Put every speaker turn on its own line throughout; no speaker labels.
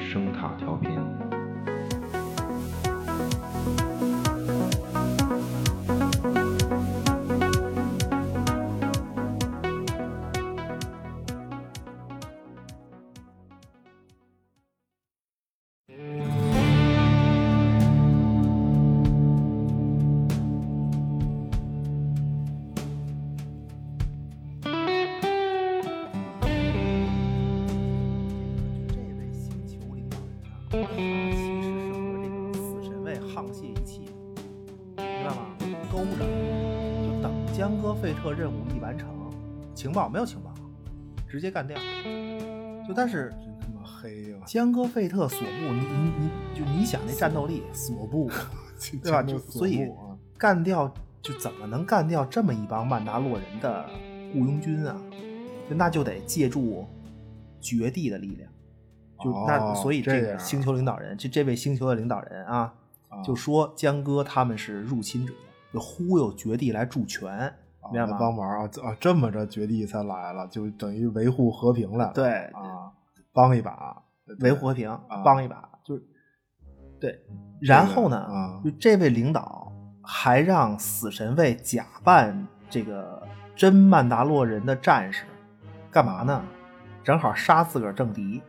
声塔调频。
这位星球领导人啊，他其实是和这个死神卫沆瀣一气的，明白吗？勾着，就等江哥费特任务一完成，情报没有情报，直接干掉。就但是
真他妈黑 啊呀！
江哥费特索布，你你你就你想那战斗力，
索 布，
对吧？
真的
就
索
所以
布啊
干掉就怎么能干掉这么一帮曼达洛人的雇佣军啊？就那就得借助绝地的力量。就那、
哦
所以
这
这
样
个星球领导人，这这位星球的领导人啊，
啊
就说江哥他们是入侵者，就忽悠绝地来助拳，
啊
明白
来
吗？
帮忙啊啊！这么着，绝地才来了，就等于维护和平来了。
对，
啊，帮一把，
维护和平，
啊
帮一把，就是对。然后呢，
啊
就这位领导还让死神卫假扮这个真曼达洛人的战士，干嘛呢？正好杀自个儿政敌。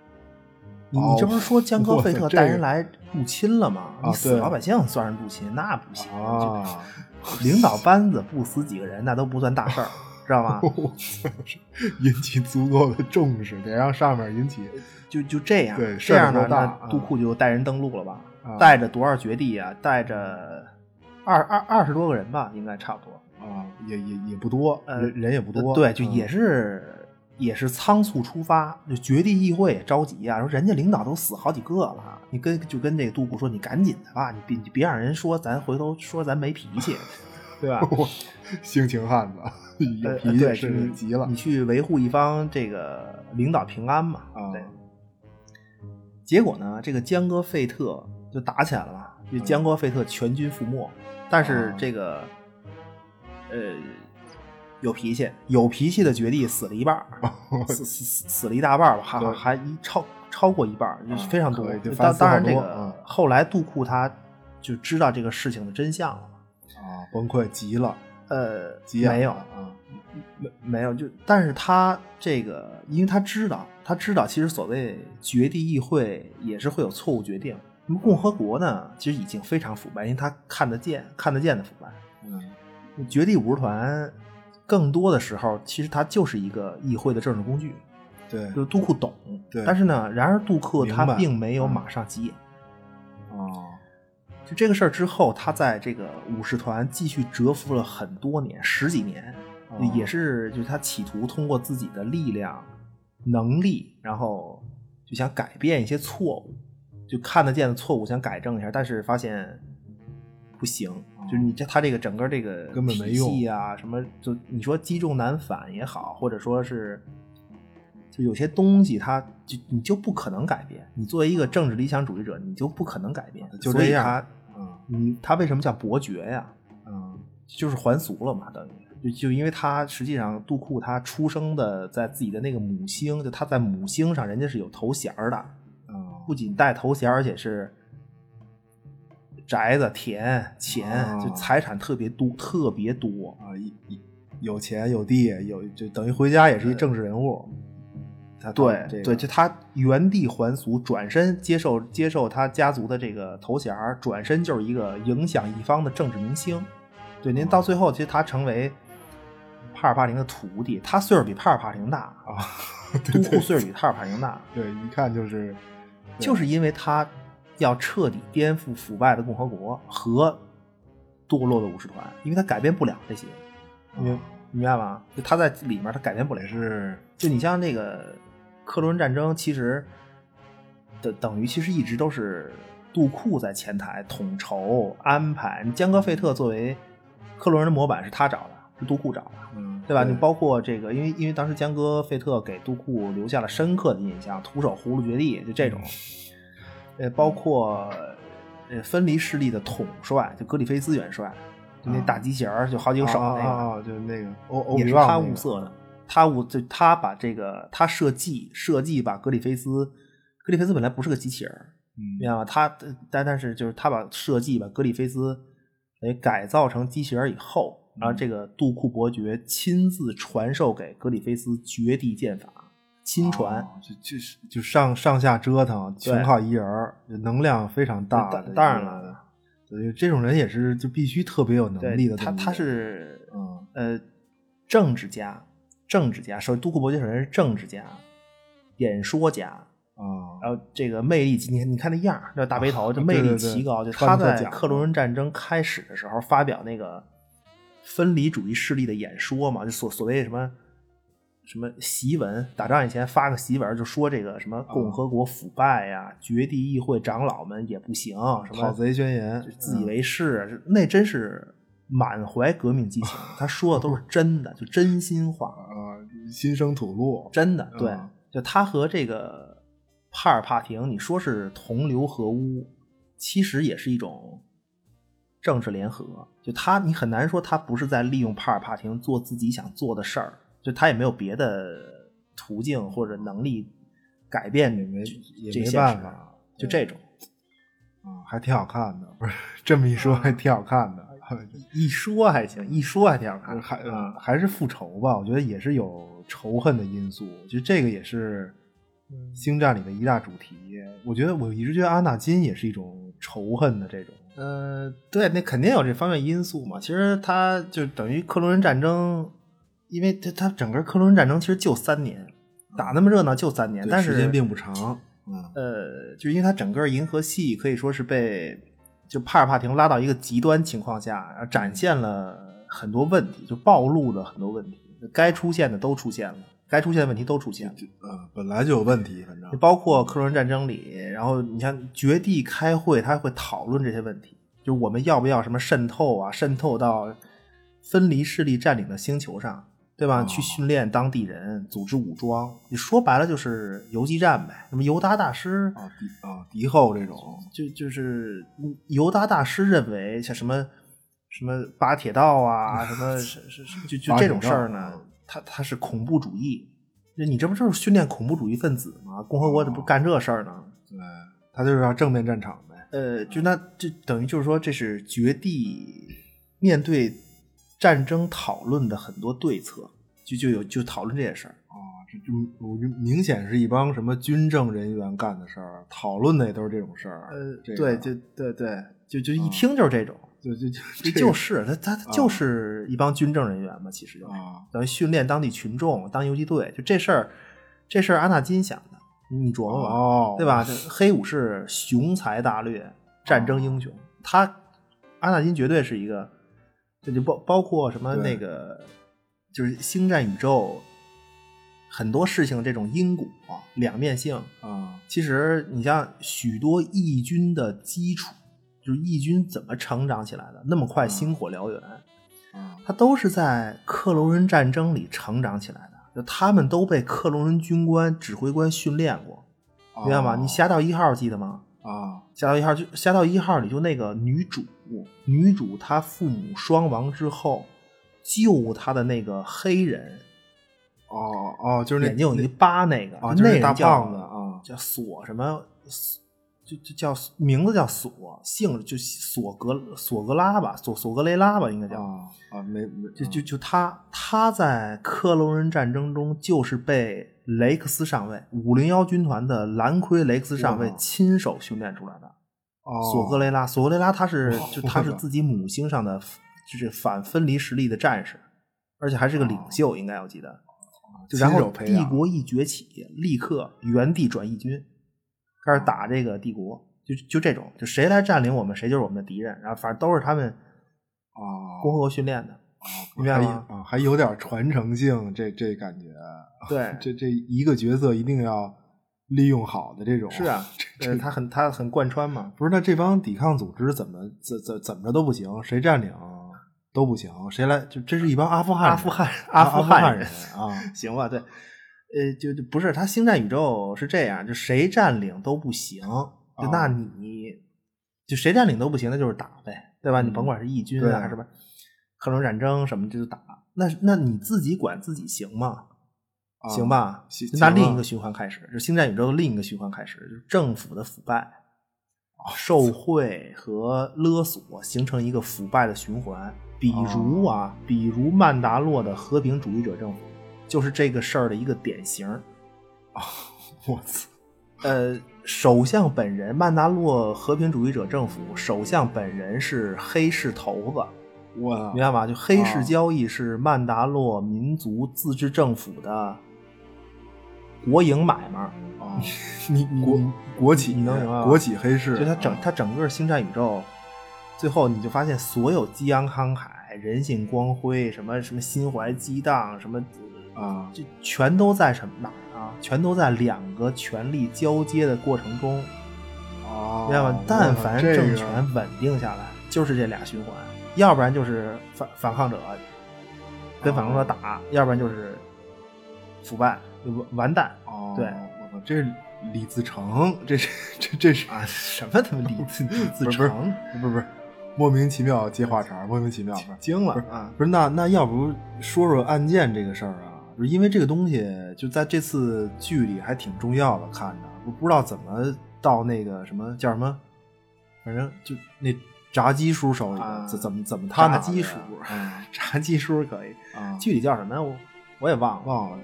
你
哦
你这不是说江哥
我
费特
这个
带人来入侵了吗？
啊
你死
对
老百姓算是入侵，那不行。
啊！
就领导班子不死几个人，那都不算大事儿，知道吗？
我操，引起足够的重视，得让上面引起
就就这样，
对
这样呢，
事儿都大
那杜库就带人登陆了吧？
啊
带着多少绝地啊？带着二二二十多个人吧，应该差不多。
啊，也也也不多，
呃
人人也不多，
对，就
嗯
也是、也是仓促出发，就绝地议会也着急啊，说人家领导都死好几个了，啊你跟就跟这个杜库说，你赶紧的吧，你别你别让人说咱回头说咱没脾气，对 吧？
性情汉子，有
呃
脾
对
气
就是嗯你
急了
你去维护一方这个领导平安嘛。
啊
对。结果呢，这个江哥费特就打起来了嘛，就江哥费特全军覆没，但是
啊
这个、呃有脾气，有脾气的绝地死了一 半儿，死死死死了一大半儿吧，还
对
还一超超过一半儿，就
啊
是非常多
可以就。翻
当
四
当然，
好
这
多
个
嗯
后来杜库他就知道这个事情的真相了嘛。
啊，崩溃急了，
呃，
急眼了
没有，
啊，
没没有，就但是他这个，因为他知道，他知道，其实所谓绝地议会也是会有错误决定。那么共和国呢，其实已经非常腐败，因为他看得见，看得见的腐败。
嗯
绝地武士团更多的时候，其实它就是一个议会的政治工具，
对
就是杜库懂。
对
但是呢，然而杜克
明
他
白
并没有
嗯
马上急眼。
啊，
就这个事儿之后，他在这个武士团继续蛰伏了很多年，十几年，
哦
也是就是他企图通过自己的力量、能力，然后就想改变一些错误，就看得见的错误想改正一下，但是发现不行，就是你这他这个整个这个
哦根本没用
体系啊，什么就你说积重难返也好，或者说是。就有些东西，它就你就不可能改变。你作为一个政治理想主义者，你就不可能改变。
就
所以
这样
他
啊
嗯，他为什么叫伯爵呀？嗯
啊
就是还俗了嘛，等于就就因为他实际上杜库他出生的在自己的那个母星，就他在母星上人家是有头衔儿的，
啊
不仅带头衔儿，而且是宅子、田、钱，
啊
就财产特别多，特别多。
啊，一一有钱有地有，就等于回家也是一政治人物。他搞
对
这个
对，就他原地还俗，转身接受接受他家族的这个头衔儿，转身就是一个影响一方的政治明星。对，您
哦
到最后其实他成为帕尔帕廷的徒弟，他岁数比帕尔帕廷大，
啊，
都
对
库
对
岁数比帕尔帕廷大，
对，一看就是对
就是因为他要彻底颠覆腐败的共和国和堕落的武士团，因为他改变不了这些，你明
啊
明白吗？就他在里面他改变不了
也。是
就你像那个克罗恩战争，其实等等于其实一直都是杜库在前台统筹安排。江戈费特作为克罗恩的模板是他找的，是杜库找的，
嗯，
对吧？你包括这个，因为因为当时江戈费特给杜库留下了深刻的印象，徒手葫芦绝地就这种，
嗯
呃，包括呃分离势力的统帅，就格里菲斯元帅，就那
啊
大机器人儿，就好几个手那个。
啊，就是那个欧欧
也
比
是
旺
他
那
物
个
色的，他物就他把这个他设计设计把格里菲斯格里菲斯本来不是个机器人儿，
嗯
明白吗？他呃但但是就是他把设计把格里菲斯给改造成机器人以后，然后
嗯
这个杜库伯爵亲自传授给格里菲斯绝地剑法，亲传。
哦就就是就上上下折腾，全
对
靠一人儿，能量非常大
当
的一个。
当然了
对，这种人也是就必须特别有能力
对，
的这
他
么一个人。
他是
嗯
呃政治家，政治家。首先，杜库伯爵首先是政治家、演说家，
啊
然后这个魅力，你看你看那样儿，那大背头，这
啊
魅
对
力
对对
极高。就
穿
他
得特
在
讲
克隆人战争开始的时候发表那个分离主义势力的演说嘛，就所所谓什么什么檄文，打仗以前发个檄文，就说这个什么
啊
共和国腐败呀、绝地议会长老们也不行，什么
讨贼宣言
就，自以为是，那真是满怀革命激情。他说的都是真的，就真心话。
嗯啊，新生土路，
真的，对，
嗯
就他和这个帕尔帕廷，你说是同流合污，其实也是一种政治联合。就他，你很难说他不是在利用帕尔帕廷做自己想做的事儿，就他也没有别的途径或者能力改变
也没
这
也
这
没
现
办
实
法，
就这种。
啊，还挺好看的。不是这么一
啊
说，还挺好看的，
一说还行，一说还挺好看的，
还
啊，
还是复仇吧，我觉得也是有仇恨的因素，就这个也是
嗯
《星战》里的一大主题。我觉得我一直觉得阿纳金也是一种仇恨的这种，
呃，对，那肯定有这方面因素嘛。其实它就等于克隆人战争，因为它它整个克隆人战争其实就三年，打那么热闹就三年，
对
但
时
是
间并不长。嗯
呃，就因为它整个银河系可以说是被就帕尔帕廷拉到一个极端情况下，然后展现了很多问题，就暴露了很多问题，该出现的都出现了，该出现的问题都出现了。
啊，本来就有问题，反正
就包括克隆人战争里，然后你像绝地开会，他会讨论这些问题，就我们要不要什么渗透啊，渗透到分离势力占领的星球上，对吧？
哦
去训练当地人，组织武装，你说白了就是游击战呗。什么尤达大师，
啊敌啊敌后这种
就就是嗯尤达大师认为像什么什么扒铁道啊，什 么是是是就就
扒
这
铁
种事儿
道
呢
嗯，
他他是恐怖主义。那你这不就是训练恐怖主义分子吗？共和国这不
哦
干这事儿呢？
对，他就是要正面战场呗。啊
呃，就那这等于就是说，这是绝地面对战争讨论的很多对策，就就有就讨论这些事儿。
啊，这就我就明显是一帮什么军政人员干的事儿，讨论的也都是这种事儿。
呃，
这
对，
个
就对对，就就一
啊
听就是这种，
就就就
这
这
就
个
是他他他
啊
就是一帮军政人员嘛，其实就是
啊，
等于训练当地群众当游击队，就这事儿，这事儿阿纳金想的，你琢磨吧，
哦，
啊对吧？这黑武士雄才大略，战争英雄，
哦
他阿纳金绝对是一个，这就包包括什么
对
那个，就是星战宇宙很多事情这种因果、两面性。
啊，
其实你像许多义军的基础，就是义军怎么成长起来的，那么快
嗯
星火燎原，
啊
他都是在克隆人战争里成长起来的。就他们都被克隆人军官、指挥官训练过，明白吗？你侠盗一号记得吗？
哦啊
侠盗一号就侠盗一号里就那个女主，女主她父母双亡之后，救她的那个黑人，
哦哦，就是那
眼睛有一疤那个，
啊，就
那
是
人
大
叫
胖子，啊
叫索什么，就就叫名字叫索，姓就索格索格拉吧，索索格雷拉吧，应该叫。
啊啊，没没
就就就他，他在克隆人战争中就是被雷克斯上尉五零幺军团的蓝盔雷克斯上尉
哇
亲手训练出来的。
哦
索格雷拉，索格雷拉他是
哇
就他是
我操
自己母星上的就是反分离实力的战士，而且还是个领袖，应该我记得。就然
哦亲
后
手培
帝
养
国一崛起，立刻原地转义军，开始打这个帝国，就就这种，就谁来占领我们，谁就是我们的敌人。然后反正都是他们
啊，
共和国训 练的，明白
还
吗？
啊还有点传承性，这这感觉，
对，
这这一个角色一定要利用好的这种
是啊，呃，他很他很贯穿嘛。
不是，那这帮抵抗组织怎么怎怎怎么着都不行，谁占领都不行，谁来就这是一帮阿富汗人
阿富汗
阿
富
富
汗
人啊，
行吧，对，呃，就就不是他星战宇宙是这样，就谁占领都不行，
哦
就那你就谁占领都不行，那就是打呗，对吧？你
嗯
甭管是义军
对
啊
啊
还是什 么克隆战争什么，这就打。那那你自己管自己行吗？
啊行吧？行
那
行
另
啊
一个循环开始，就星战宇宙的另一个循环开始，就是政府的腐败、受贿和勒索形成一个腐败的循环。比如啊，比如曼达洛的和平主义者政府，就是这个事儿的一个典型。
我 操，
呃，首相本人，曼达洛和平主义者政府首相本人是黑市头子，
我操
明白吗？就黑市交易是曼达洛民族自治政府的国营买卖，
啊！你你国国企，
你能明白吗
国企黑市，
就它整
啊
它整个星战宇宙，最后你就发现所有激昂慷慨、人性光辉，什么什么心怀激荡，什么
啊
这全都在什么哪儿啊？全都在两个权力交接的过程中，
啊，
明白吗？但凡
这
政
个
权稳定下来，就是这俩循环，要不然就是反反抗者
哦
跟反抗者打，要不然就是腐败完完蛋
哦，
对
我操，这是李自成，这是这这是
啊！什么他妈李自李自
不是不是
成
不是不是莫名其妙接话茬儿，莫名其妙不是
惊了
不是
啊！
不是那那要不说说案件这个事儿啊？就是因为这个东西就在这次剧里还挺重要的，看着我不知道怎么到那个什么叫什么，反正就那炸鸡叔手里
啊
了，怎、怎么怎么他拿
炸鸡
的呀
叔嗯
啊
炸鸡叔可以，
啊，
具体叫什么呀我我也忘了，
忘了，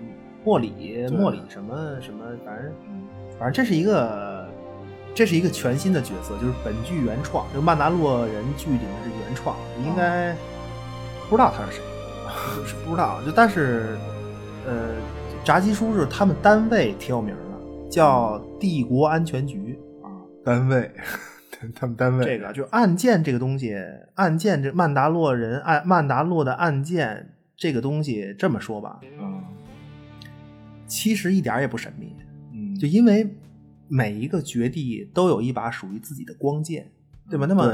莫里
对
莫里什么什么，反正
嗯
反正这是一个这是一个全新的角色，就是本剧原创，就曼达洛人剧里面是原创，应
哦
该不知道他是谁， 是不知道，就但是呃，炸鸡叔是他们单位挺有名的，叫帝国安全局。
啊，单位， 他们单位
这个就案件这个东西，案件这曼达洛人案曼达洛的案件这个东西，这么说吧，
啊，
其实一点儿也不神秘，
嗯，
就因为每一个绝地都有一把属于自己的光剑，对吧？那么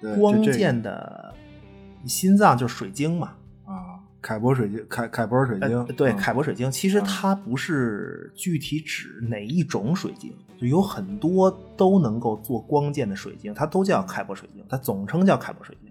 对对
光
就这个
剑的心脏就是水晶嘛，
啊，凯博水晶，凯凯博水
呃
晶，
对，
嗯
凯博水晶。其实
嗯
它不是具体指哪一种水晶，就有很多都能够做光剑的水晶，它都叫凯博水晶，它总称叫凯博水晶。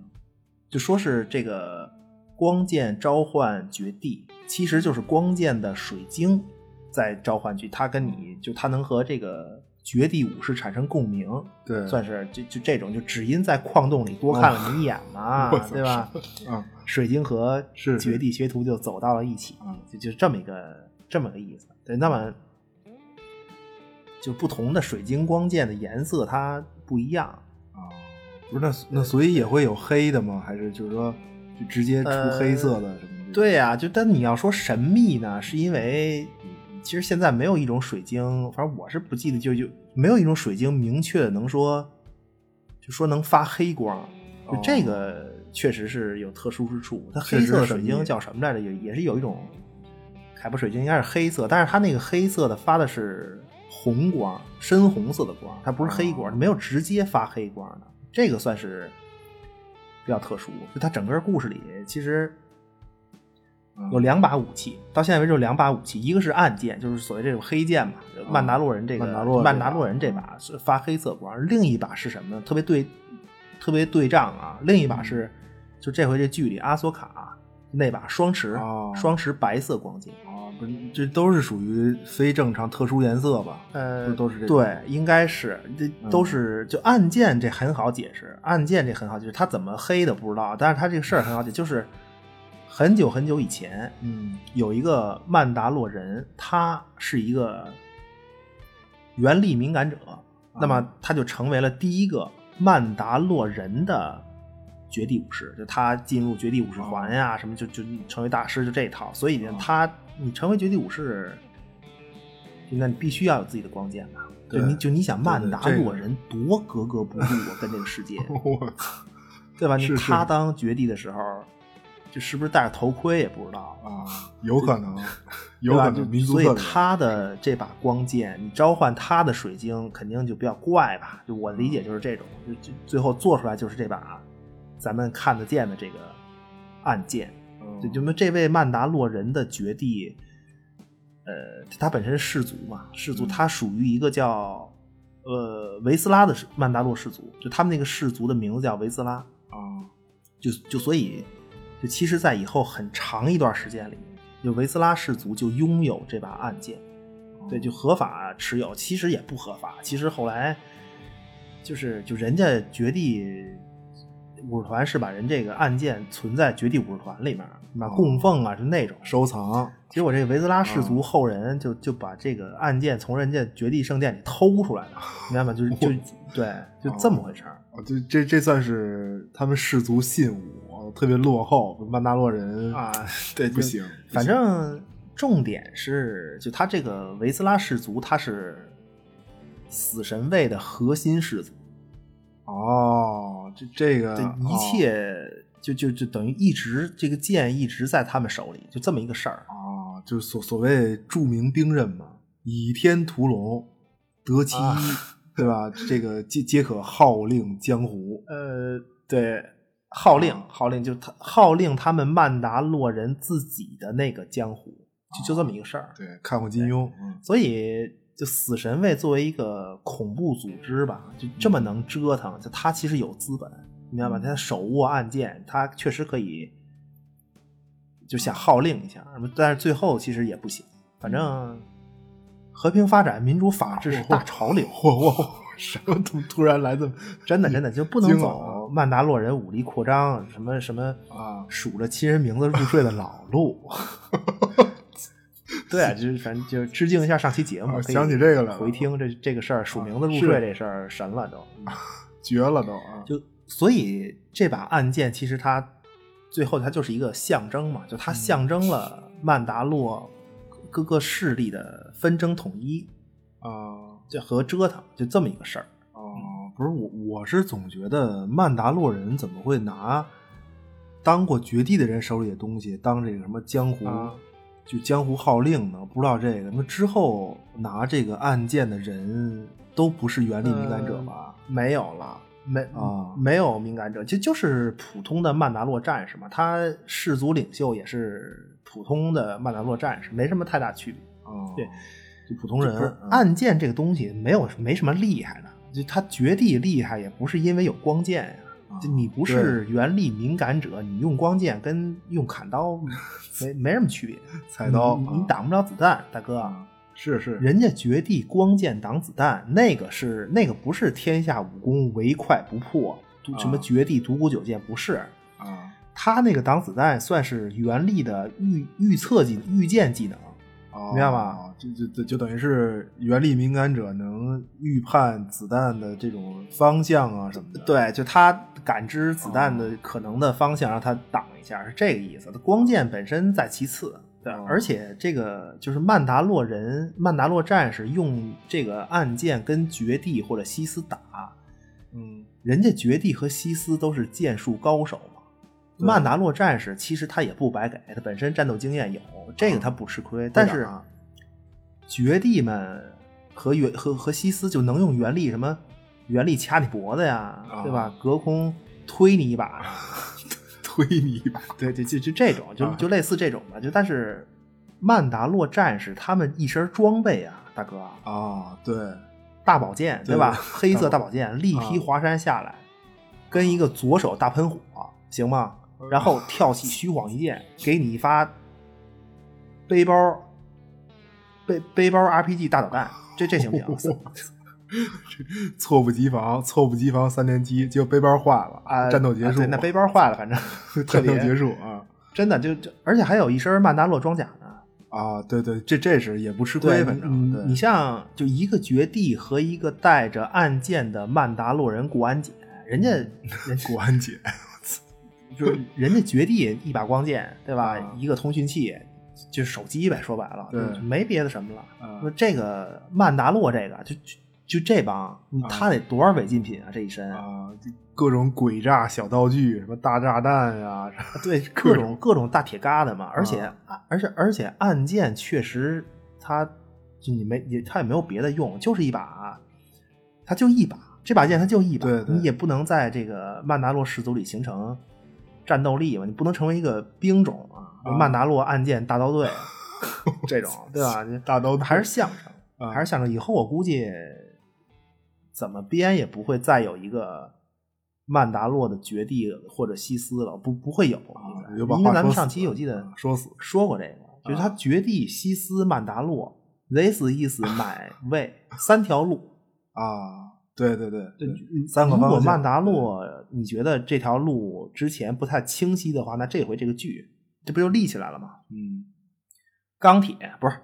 就说是这个光剑召唤绝地，其实就是光剑的水晶在召唤去，它跟你就它能和这个绝地武士产生共鸣，
对，
算是就就这种，就只因在矿洞里多看了你一眼嘛，
我操
对吧？
啊
水晶和
是是
绝地学徒就走到了一起，
嗯
就就这么一个这么个意思。对，那么就不同的水晶光剑的颜色它不一样，
啊，不是那那所以也会有黑的吗？还是就是说就直接出黑色的什么的？
呃对呀、就但你要说神秘呢，是因为其实现在没有一种水晶，反正我是不记得，就就没有一种水晶明确的能说，就说能发黑光，就
哦
这个确实是有特殊之处。它
确
黑
实
色的
神
水
秘
晶叫什么来着？也也是有一种凯博水晶，应该是黑色，但是它那个黑色的发的是红光，深红色的光，它不是黑光，
哦
没有直接发黑光的，这个算是比较特殊。就它整个故事里其实。
嗯，
有两把武器，到现在为止有两把武器，一个是暗剑，就是所谓这种黑剑嘛，就曼达洛人这个、
哦曼达洛这把嗯
曼达洛人这把是发黑色光，另一把是什么呢？特别对，特别对仗啊，另一把
嗯
是就这回这剧里阿索卡那把双持、
哦
双持白色光剑，
啊，不是这都是属于非正常特殊颜色吧？
呃
都都是这种
对，应该是这
嗯
都是、就案件这很好解释，案件这很好解释，他怎么黑的不知道，但是他这个事儿很好解，就是很久很久以前，
嗯
有一个曼达洛人，他是一个原力敏感者，
啊
那么他就成为了第一个曼达洛人的绝地武士，就他进入绝地武士环呀、什么就就成为大师，就这一套。所以呢
哦，
他你成为绝地武士，那你必须要有自己的光剑吧？
对
就你就你想曼达
对对这
洛
个
人多格格不入啊，跟这个世界，
我操
对吧？你
是是
他当绝地的时候，就是不是戴着头盔也不知道。
啊，有可能，有
对吧
可
就
能民族
所以
特点
他的这把光剑，你召唤他的水晶，肯定就比较怪吧？就我理解就是这种，就就最后做出来就是这把咱们看得见的这个暗剑。
嗯
就就那这位曼达洛人的绝地，呃，他本身是氏族嘛，氏族
嗯
他属于一个叫呃维斯拉的氏曼达洛氏族，就他们那个氏族的名字叫维斯拉。
啊
就就所以，就其实，在以后很长一段时间里，就维斯拉氏族就拥有这把暗剑，
嗯
对，就合法持有，其实也不合法。其实后来就是就人家绝地武士团是把人这个暗剑存在绝地武士团里面，把供奉啊，是那种。
收藏，哦
结果这维斯拉氏族后人就就把这个暗剑从人家绝地圣殿里偷出来了，明白吗？就是就对，就这么回事儿。
啊这这这算是他们氏族信物，哦特别落后，曼达洛人
啊，
对，
就
不行，
反正重点是，就他这个维斯拉氏族，他是死神卫的核心氏族，
哦，这这个
这一切就就就等于一直这个剑一直在他们手里，就这么一个事儿。
哦，哦就是所所谓著名兵刃嘛，倚天屠龙，得其一，
啊
对吧？这个皆皆可号令江湖，
呃，对，号令
啊，
号令就是他号令他们曼达洛人自己的那个江湖，就就这么一个事儿。
对，看过金庸，嗯
所以，就死神卫作为一个恐怖组织吧，就这么能折腾，就他其实有资本，你明白吧？
嗯
他手握暗剑，他确实可以，就想号令一下，但是最后其实也不行。反正
嗯
和平发展、民主法治
哦
是大潮流，
嚯嚯，什么突突然来这么
真的真的就不能
嗯惊了
走曼达洛人武力扩张，什么什么
啊？
数着亲人名字入睡的老 路。对，啊就是反正就是致敬一下上期节目，
啊
可以
想起这个来了啊
回听这这个事儿，数名字入
是嗯
睡这事儿神了都。
绝了都啊！
就所以这把暗剑其实它最后它就是一个象征嘛，就
嗯
它象征了曼达洛各个势力的纷争统一，
啊
就和折腾，就这么一个事儿。
哦，不是我，我是总觉得曼达洛人怎么会拿当过绝地的人手里的东西当这个什么江湖，
啊
就江湖号令呢？不知道这个，那之后拿这个案件的人都不是原力敏感者吧？
嗯没有了，没
啊
没有敏感者，就就是普通的曼达洛战士嘛。他氏族领袖也是普通的曼达洛战士，没什么太大区别。
啊，
对，
就普通人
不是
嗯
暗剑这个东西没有没什么厉害的，就他绝地厉害也不是因为有光剑呀、
啊
就你不是原力敏感者，你用光剑跟用砍刀没没什么 区别。
菜刀，
你你你
啊
挡不了子弹，大哥。
是是
人家绝地光剑挡子弹，那个是那个不是天下武功唯快不破，独
啊
什么绝地独孤九剑不是，
啊
他那个挡子弹算是原力的预预测技预见技能，
哦
明白吧？
就就就就等于是原力敏感者能预判子弹的这种方向啊什么的。
对，就他感知子弹的可能的方向，让他挡一下，是这个意思。光剑本身在其次，对，
哦
而且这个就是曼达洛人、曼达洛战士用这个暗剑跟绝地或者西斯打，
嗯，
人家绝地和西斯都是剑术高手嘛。
对
曼达洛战士其实他也不白给，他本身战斗经验有，这个他不吃亏。但是
啊
绝地们和原和和西斯就能用原力什么原力掐你脖子呀，
啊
对吧？隔空推你一 把，
推你一把。
对对，就就这种，就
啊
就类似这种吧。就但是曼达洛战士他们一身装备啊，大哥，
啊，对，
大宝剑
对
吧？
对啊
黑色大宝剑，力劈华山下来，跟一个左手大喷火，行吗？
嗯
然后跳起虚晃一剑，给你一发背包背背包 RPG 大导弹，这这行不 行？
猝不及防，猝不及防三连击，结果背包坏了
啊，
战斗结
啊
束，
对那背包坏了，反正特
战斗
别
结束啊
真的就就，而且还有一身曼达洛装甲呢。
啊，对对，这这是也不吃
对，
亏，反正
你
对
你像就一个绝地和一个带着暗剑的曼达洛人过安检，人家
嗯
人
果安姐
就是人家绝地一把光剑，对吧？
啊
一个通讯器，就是手机呗，说白了，
对
就没别的什么了。
啊
那这个曼达洛这个就就就这帮，你
啊
他得多少违禁品啊？这一身，
啊，各种诡诈小道具，什么大炸弹呀，什么
对，各种各种大铁疙瘩嘛。而且、
啊
啊而且而且按键确实它就你没也它也没有别的用，就是一把，它就一把，这把剑它就一把，
对对
你也不能在这个曼达洛氏族里形成战斗力嘛，你不能成为一个兵种啊，
啊
曼达洛暗剑大刀 队这种，对吧？就
大刀
还是象征，
啊
还是象征。以后我估计怎么编也不会再有一个曼达洛的绝地或者西斯了，不不会有。应该
又把
啊因为
话
咱们
说
上
死
期我记得
说死
啊说过这个，就是他掘地西斯曼达洛，this is my way，三条路
啊，对对对，
对
对
三
三
个
个
方向。如
方向
果曼达洛你觉得这条路之前不太清晰的话，那这回这个剧这不就立起来了吗？
嗯，
钢铁不 是。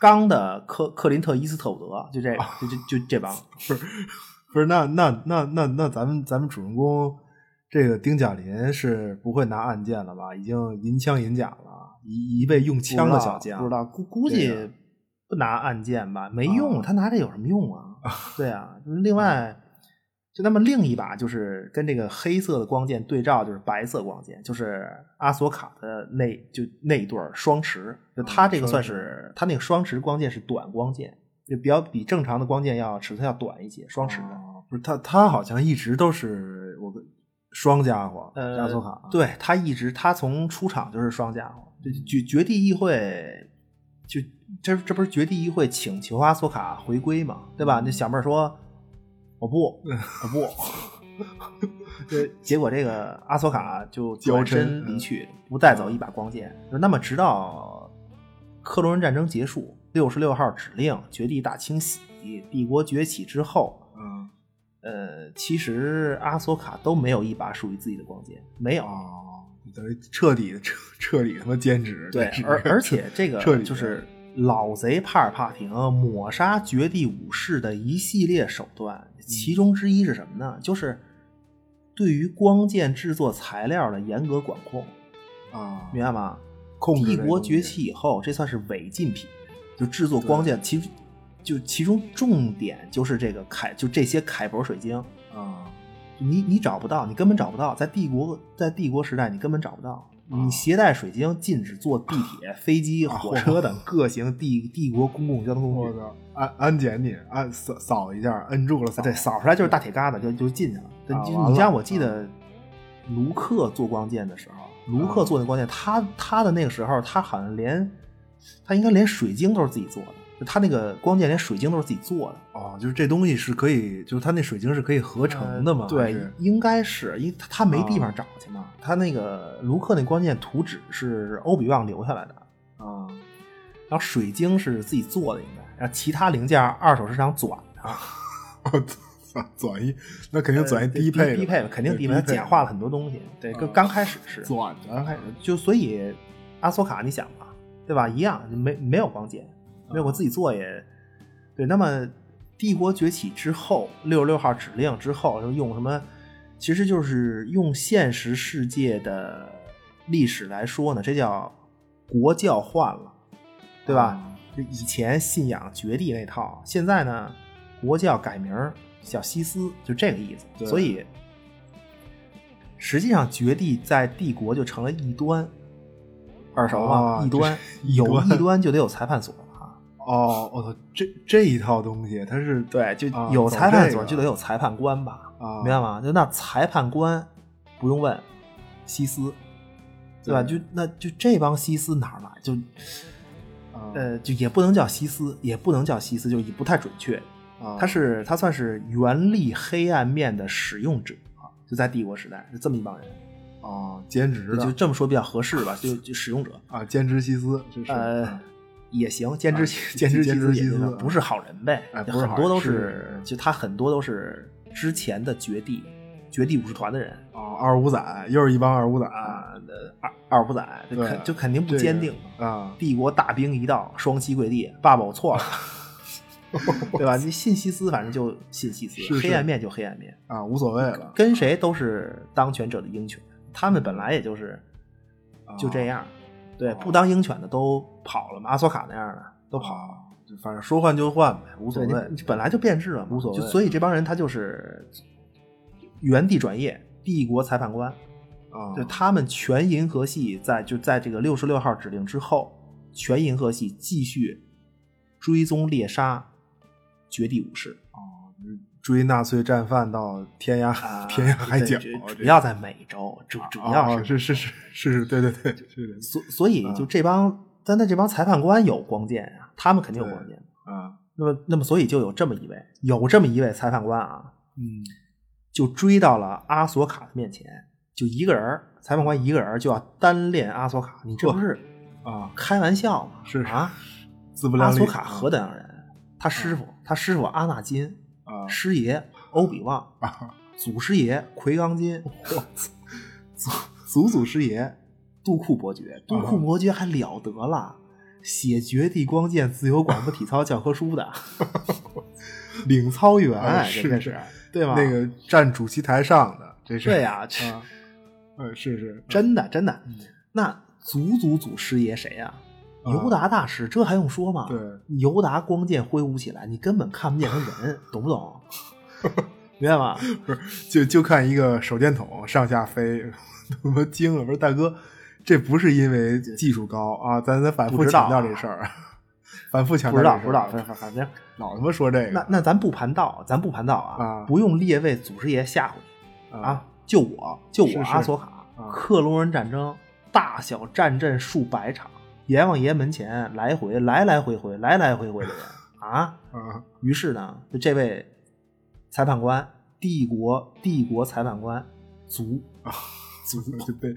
钢的克克林特·伊斯特伍德，就这个，就就就这帮，
不是，那那那那那咱们咱们主人公这个丁甲林是不会拿暗箭了吧？已经银枪银甲了，一一位用枪的小将，
不知道估估
对
计
呀
不拿暗箭吧，没用，
啊
他拿这有什么用 啊？对啊，另外，就那么另一把就是跟这个黑色的光剑对照，就是白色光剑，就是阿索卡的那就那一对儿双持，就他这个算
啊双
是他那个双持光剑是短光剑，就比较比正常的光剑要尺寸要短一些，双持的。
啊不是他他好像一直都是我跟双家伙，
呃，
亚索卡，
对他一直他从出场就是双家伙，就绝绝地议会，就这这不是绝地议会请求阿索卡回归嘛，对吧？那小妹儿说我不
嗯
我不， 对，结果这个阿索卡就
娇嗔嗯
转身离去，不带走一把光剑。就那么直到克隆人战争结束，六十六号指令绝地大清洗，帝国崛起之后。
嗯
呃，其实阿索卡都没有一把属于自己的光剑， 没有，
啊，等于彻底彻彻底他妈兼职，
对
这，是
而而且这个
彻底的
就是老贼帕尔帕廷啊抹杀绝地武士的一系列手段，
嗯
其中之一是什么呢？就是对于光剑制作材料的严格管控，
啊，
明白吗？
控制
帝
这
国
东
崛
西
起以后，这算是违禁品，就制作光剑，其就其中重点就是这个凯，就这些凯博水晶，
啊，
你你找不到，你根本找不到，在帝国在帝国时代你根本找不
啊
到。你携带水晶禁止坐地铁、飞机、火车等各型帝帝国公共交通工
啊我
具。
操，安安检你按扫扫一下，摁住了扫，
啊对，扫出来就是大铁疙瘩，就就进去了。对
啊
就
完
你
了
像我记得卢克做光剑的时候，
啊
卢克做那光剑，他他的那个时候，他好像连他应该连水晶都是自己做的，就他那个光剑连水晶都是自己做的。
哦，就是这东西是可以，就是它那水晶是可以合成的嘛？
呃对
还是，
应该是，因为他他没地
啊
方找去嘛。他那个卢克那光剑图纸是欧比旺留下来的，
啊，
然后水晶是自己做的，应该，然后其他零件二手市场转的，
我操，转哦一那肯定转一
呃
低配的，
低低配吧肯定
对
低配，它
低配
简化了很多东西。对，
啊
刚刚开始是，
转
刚开
的
始就所以阿索卡，你想吧，对吧？一样没没有光剑，没有我自己做也对。那么帝国崛起之后，六十六号指令之后，就用什么？其实就是用现实世界的历史来说呢，这叫国教换了，对吧？
啊
就以前信仰绝地那套，现在呢，国教改名儿叫西斯，就这个意思。
对
所以，实际上绝地在帝国就成了异端，耳熟吗？
啊
异端
这是异
有
端
异端就得有裁判所啊，
哦，我操，这这一套东西它是
对，就
啊
有裁判所
走这
就
个
得有裁判官吧，
啊，
明白吗？就那裁判官不用问，西斯，对吧？
对
就那就这帮西斯哪儿来？就
啊？
呃，就也不能叫西斯，也不能叫西斯，就也不太准确。
啊，
他是他算是原力黑暗面的使用者啊，就在帝国时代，就这么一帮人，
啊兼职
就
的
就这么说比较合适吧，就 就使用者，
啊兼职西斯，这是
呃
啊，
也行，兼职
啊
兼职妻
兼职
子
妻
也
子
行不是好人呗，
哎不是
很
好
多
人
都
是
是
嗯
就他很多都是之前的绝地绝地武士团的人
啊二五仔又是一帮二五仔
啊，呃二二五仔就
对
肯就肯定不
这个
坚定，
啊，
帝国大兵一到，双膝跪地，爸爸我 错了。对吧？你信西斯，反正就信西斯，
是是
黑暗面就黑暗面。
啊，无所谓了，
跟谁都是当权者的鹰犬，他们本来也就是
哦
就这样，对，不当鹰犬的都跑了嘛，阿索卡那样的都
都
跑，
跑，就哦反正说换就换呗，无
无
所谓。
本来就变质了嘛，
无所谓
就所以这帮人他就是原地转业，帝国裁判官，
啊，
就他们全银河系在就在这个六十六号指令之后，全银河系继续追踪猎杀绝地武士。
追纳粹战犯到天涯、
啊，
天涯海角，
对主
这
主要在美洲，主主要
啊是是是是是，对对对，是的
所所以
嗯
就这帮，但那这帮裁判官有光剑啊，他们肯定有光剑。
啊，
那么，那么所以就有这么一位，有这么一位裁判官啊，
嗯
就追到了阿索卡的面前，就一个人儿，裁判官一个人儿就要单练阿索卡。你这不是
啊，
开玩笑嘛，
是
啊，
自不
阿
量力。嗯
苏卡何等人？啊他师傅，他师傅阿纳金，
啊
师爷欧比旺，祖师爷奎刚金，祖祖祖师爷杜库伯爵，杜库伯爵还了得了，写《绝地光剑自由广播体操教科书》 的领操员，
啊
真的
是
是对吧？
那个站主席台上的，这是
对呀、这
啊，嗯，是是，
真的真的
嗯。
那祖祖祖师爷谁呀、
啊
尤达大师，这还用说吗？
对，
尤达光剑挥舞起来，你根本看不见他人，懂不 懂？明白吗？
就就看一个手电筒上下飞，他妈惊了！不是大哥，这不是因为技术高啊，咱咱反
不
复
知道啊
强调这事儿，反复强
不
调
知
这事
道，
儿，
不知道，反反反正，
老他妈说这
那
个
那咱不盘道，咱不盘道啊，
啊
不用列位祖师爷吓唬你啊，就我，就我
是是
阿索卡，
啊
克隆人战争，大小战阵数百场，阎王爷门前来回来来回回来来回回 的人啊，
啊
于是呢，就这位裁判官，帝国帝国裁判官足
足就被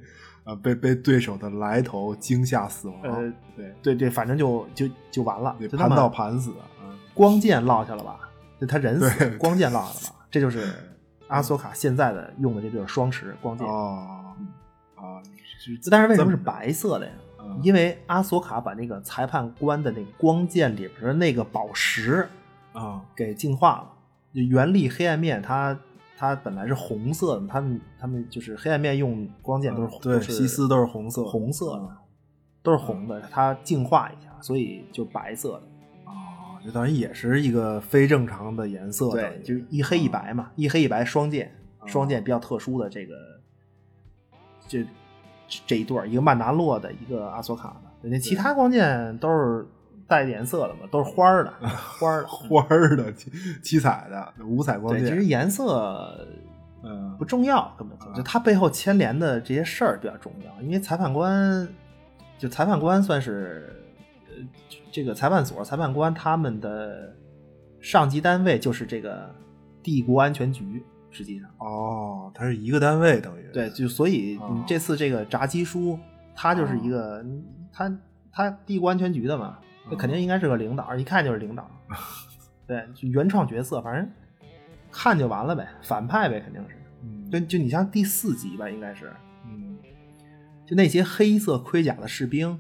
啊被被对手的来头惊吓死亡，
呃
对，
对对，反正就就就完了，
得
就
盘道
盘，
盘死啊，
光剑落下了吧？就他人死，
对
光剑落下了吧？这就是阿索卡现在的用的这就是双持光剑，
哦
嗯
啊，
这但是为什么是
这么着
白色的呀？
嗯
因为阿索卡把那个裁判官的那个光剑里边的那个宝石
啊
给净化了。就原力黑暗面它，它本来是红色的，他们他们就是黑暗面用光剑都是红，
嗯对
都是
西斯都是红色嗯
红色的，都是红的，它净化一下，所以就白色的。
啊，这当然也是一个非正常的颜色，嗯
对，就是一黑一白嘛，一黑一白双剑，双剑比较特殊的这个，这这这一对儿，一个曼达洛的，一个阿索卡的，人家其他光剑都是带颜色的嘛，都是花儿 的，花儿的。
花儿的七七彩的五彩光
对，其
剑
实，颜色
嗯
不重要，根本就
啊
就它背后牵连的这些事儿比较重要，因为裁判官就裁判官算是呃这个裁判所裁判官他们的上级单位就是这个帝国安全局，实际上
哦，它是一个单位等于
对，就所以
哦
你这次这个炸鸡叔他就是一个他他帝国安全局的嘛，那肯
哦
定应该是个领导，一看就是领 导，对，就原创角色，反正看就完了呗，反派呗，肯定是。
嗯
就就你像第四集吧，应该是，
嗯
就那些黑色盔甲的士兵，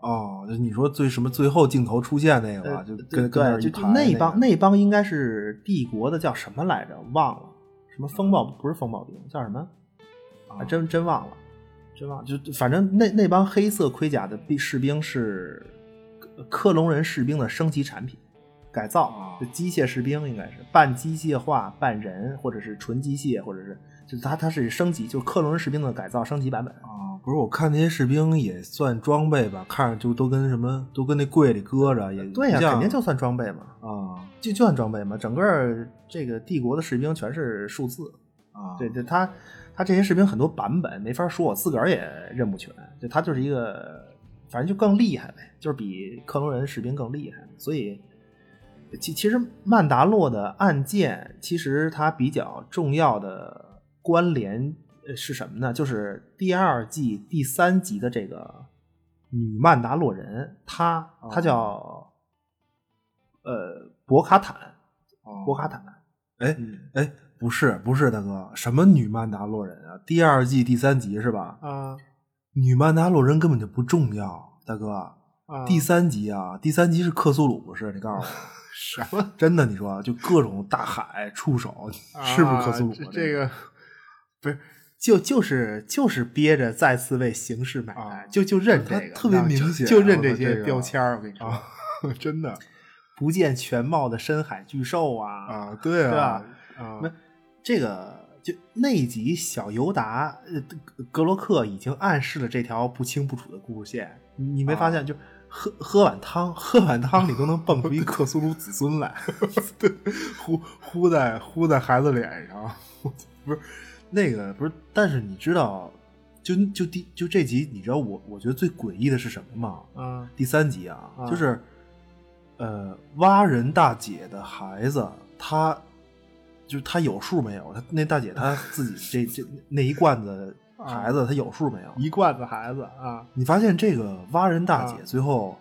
哦，就你说最什么最后镜头出现那个吧，
呃
就
对
跟跟那
对，
儿
就
一
就
排那
那
个
帮那帮应该是帝国的叫什么来着？忘了，什么风暴不是风暴兵，叫什么？
啊
啊，真真忘了，真忘了。就就反正那那帮黑色盔甲的兵士兵是克克隆人士兵的升级产品。改造
啊
就机械士兵应该是半机械化、半人，或者是纯机械，或者是就它它是升级，就是克隆人士兵的改造升级版本。
啊，不是我看那些士兵也算装备吧，看着就都跟什么都跟那柜里搁着，也
对呀、
不像
肯定就算装备嘛，
啊
就就算装备嘛。整个这个帝国的士兵全是数字，
啊
对对，他他这些士兵很多版本没法说，我自个儿也认不全。就他就是一个，反正就更厉害呗，就是比克隆人士兵更厉害。所以，其其实曼达洛的案件，其实它比较重要的关联呃是什么呢？就是第二季第三集的这个女曼达洛人，她
哦
她叫、呃博卡坦，
哦
博卡坦。
哎
嗯
哎不是不是大哥，什么女曼达洛人啊？第二季第三集是吧？
啊
女曼达洛人根本就不重要，大哥。
啊
第三集啊，第三集是克苏鲁不是？你告诉我， 什么？真的？你说啊就各种大海触手， 是不是克苏鲁啊？
这个不是，就就是就是憋着再次为形式买单，
啊
就就认这
他
个，
特别
你知道吗
明显
就就
啊
认
我
这
操这
些
个
标签儿。我跟你说，
啊，真的
不见全貌的深海巨兽啊，
啊，对啊，啊
没这个。就那一集，小尤达呃格格罗克已经暗示了这条不清不楚的故事线，你你没发现？就喝喝碗汤，喝碗汤里都能蹦出一克苏鲁子孙来。
对，呼呼在呼在孩子脸上，不是那个不是，但是你知道，就就第就这集，你知道我我觉得最诡异的是什么吗？
嗯
第三集啊，
啊
就是呃，蛙人大姐的孩子，他就是他有数没有？他那大姐她自己这这那一罐子
啊
孩子他有数没有？
一罐子孩子啊，
你发现这个蛙人大姐
啊
最后，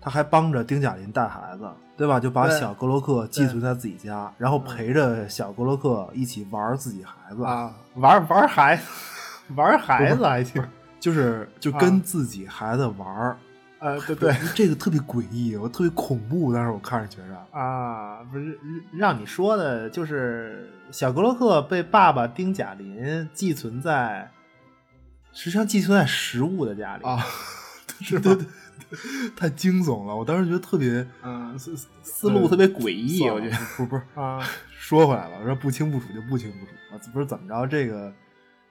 她还帮着丁贾林带孩子，对吧？就把
对嗯
小格洛克寄存在自己家，然后陪着小格洛克一起玩自己孩子，
啊，玩玩孩子，玩孩子还行，啊
就是就跟自己孩子玩儿。
呃，对对，
这个特别诡异，我特别恐怖。当时我看着觉着，
啊，不是让你说的，就是小格洛克被爸爸丁贾林寄存在，实际上寄存在食物的家里
啊，是吧？太惊悚了，我当时觉得特别
嗯，思思路特别诡异，我觉得
不不是
啊，
说回来了，我说不清不楚就不清不楚啊，不是怎么着？这个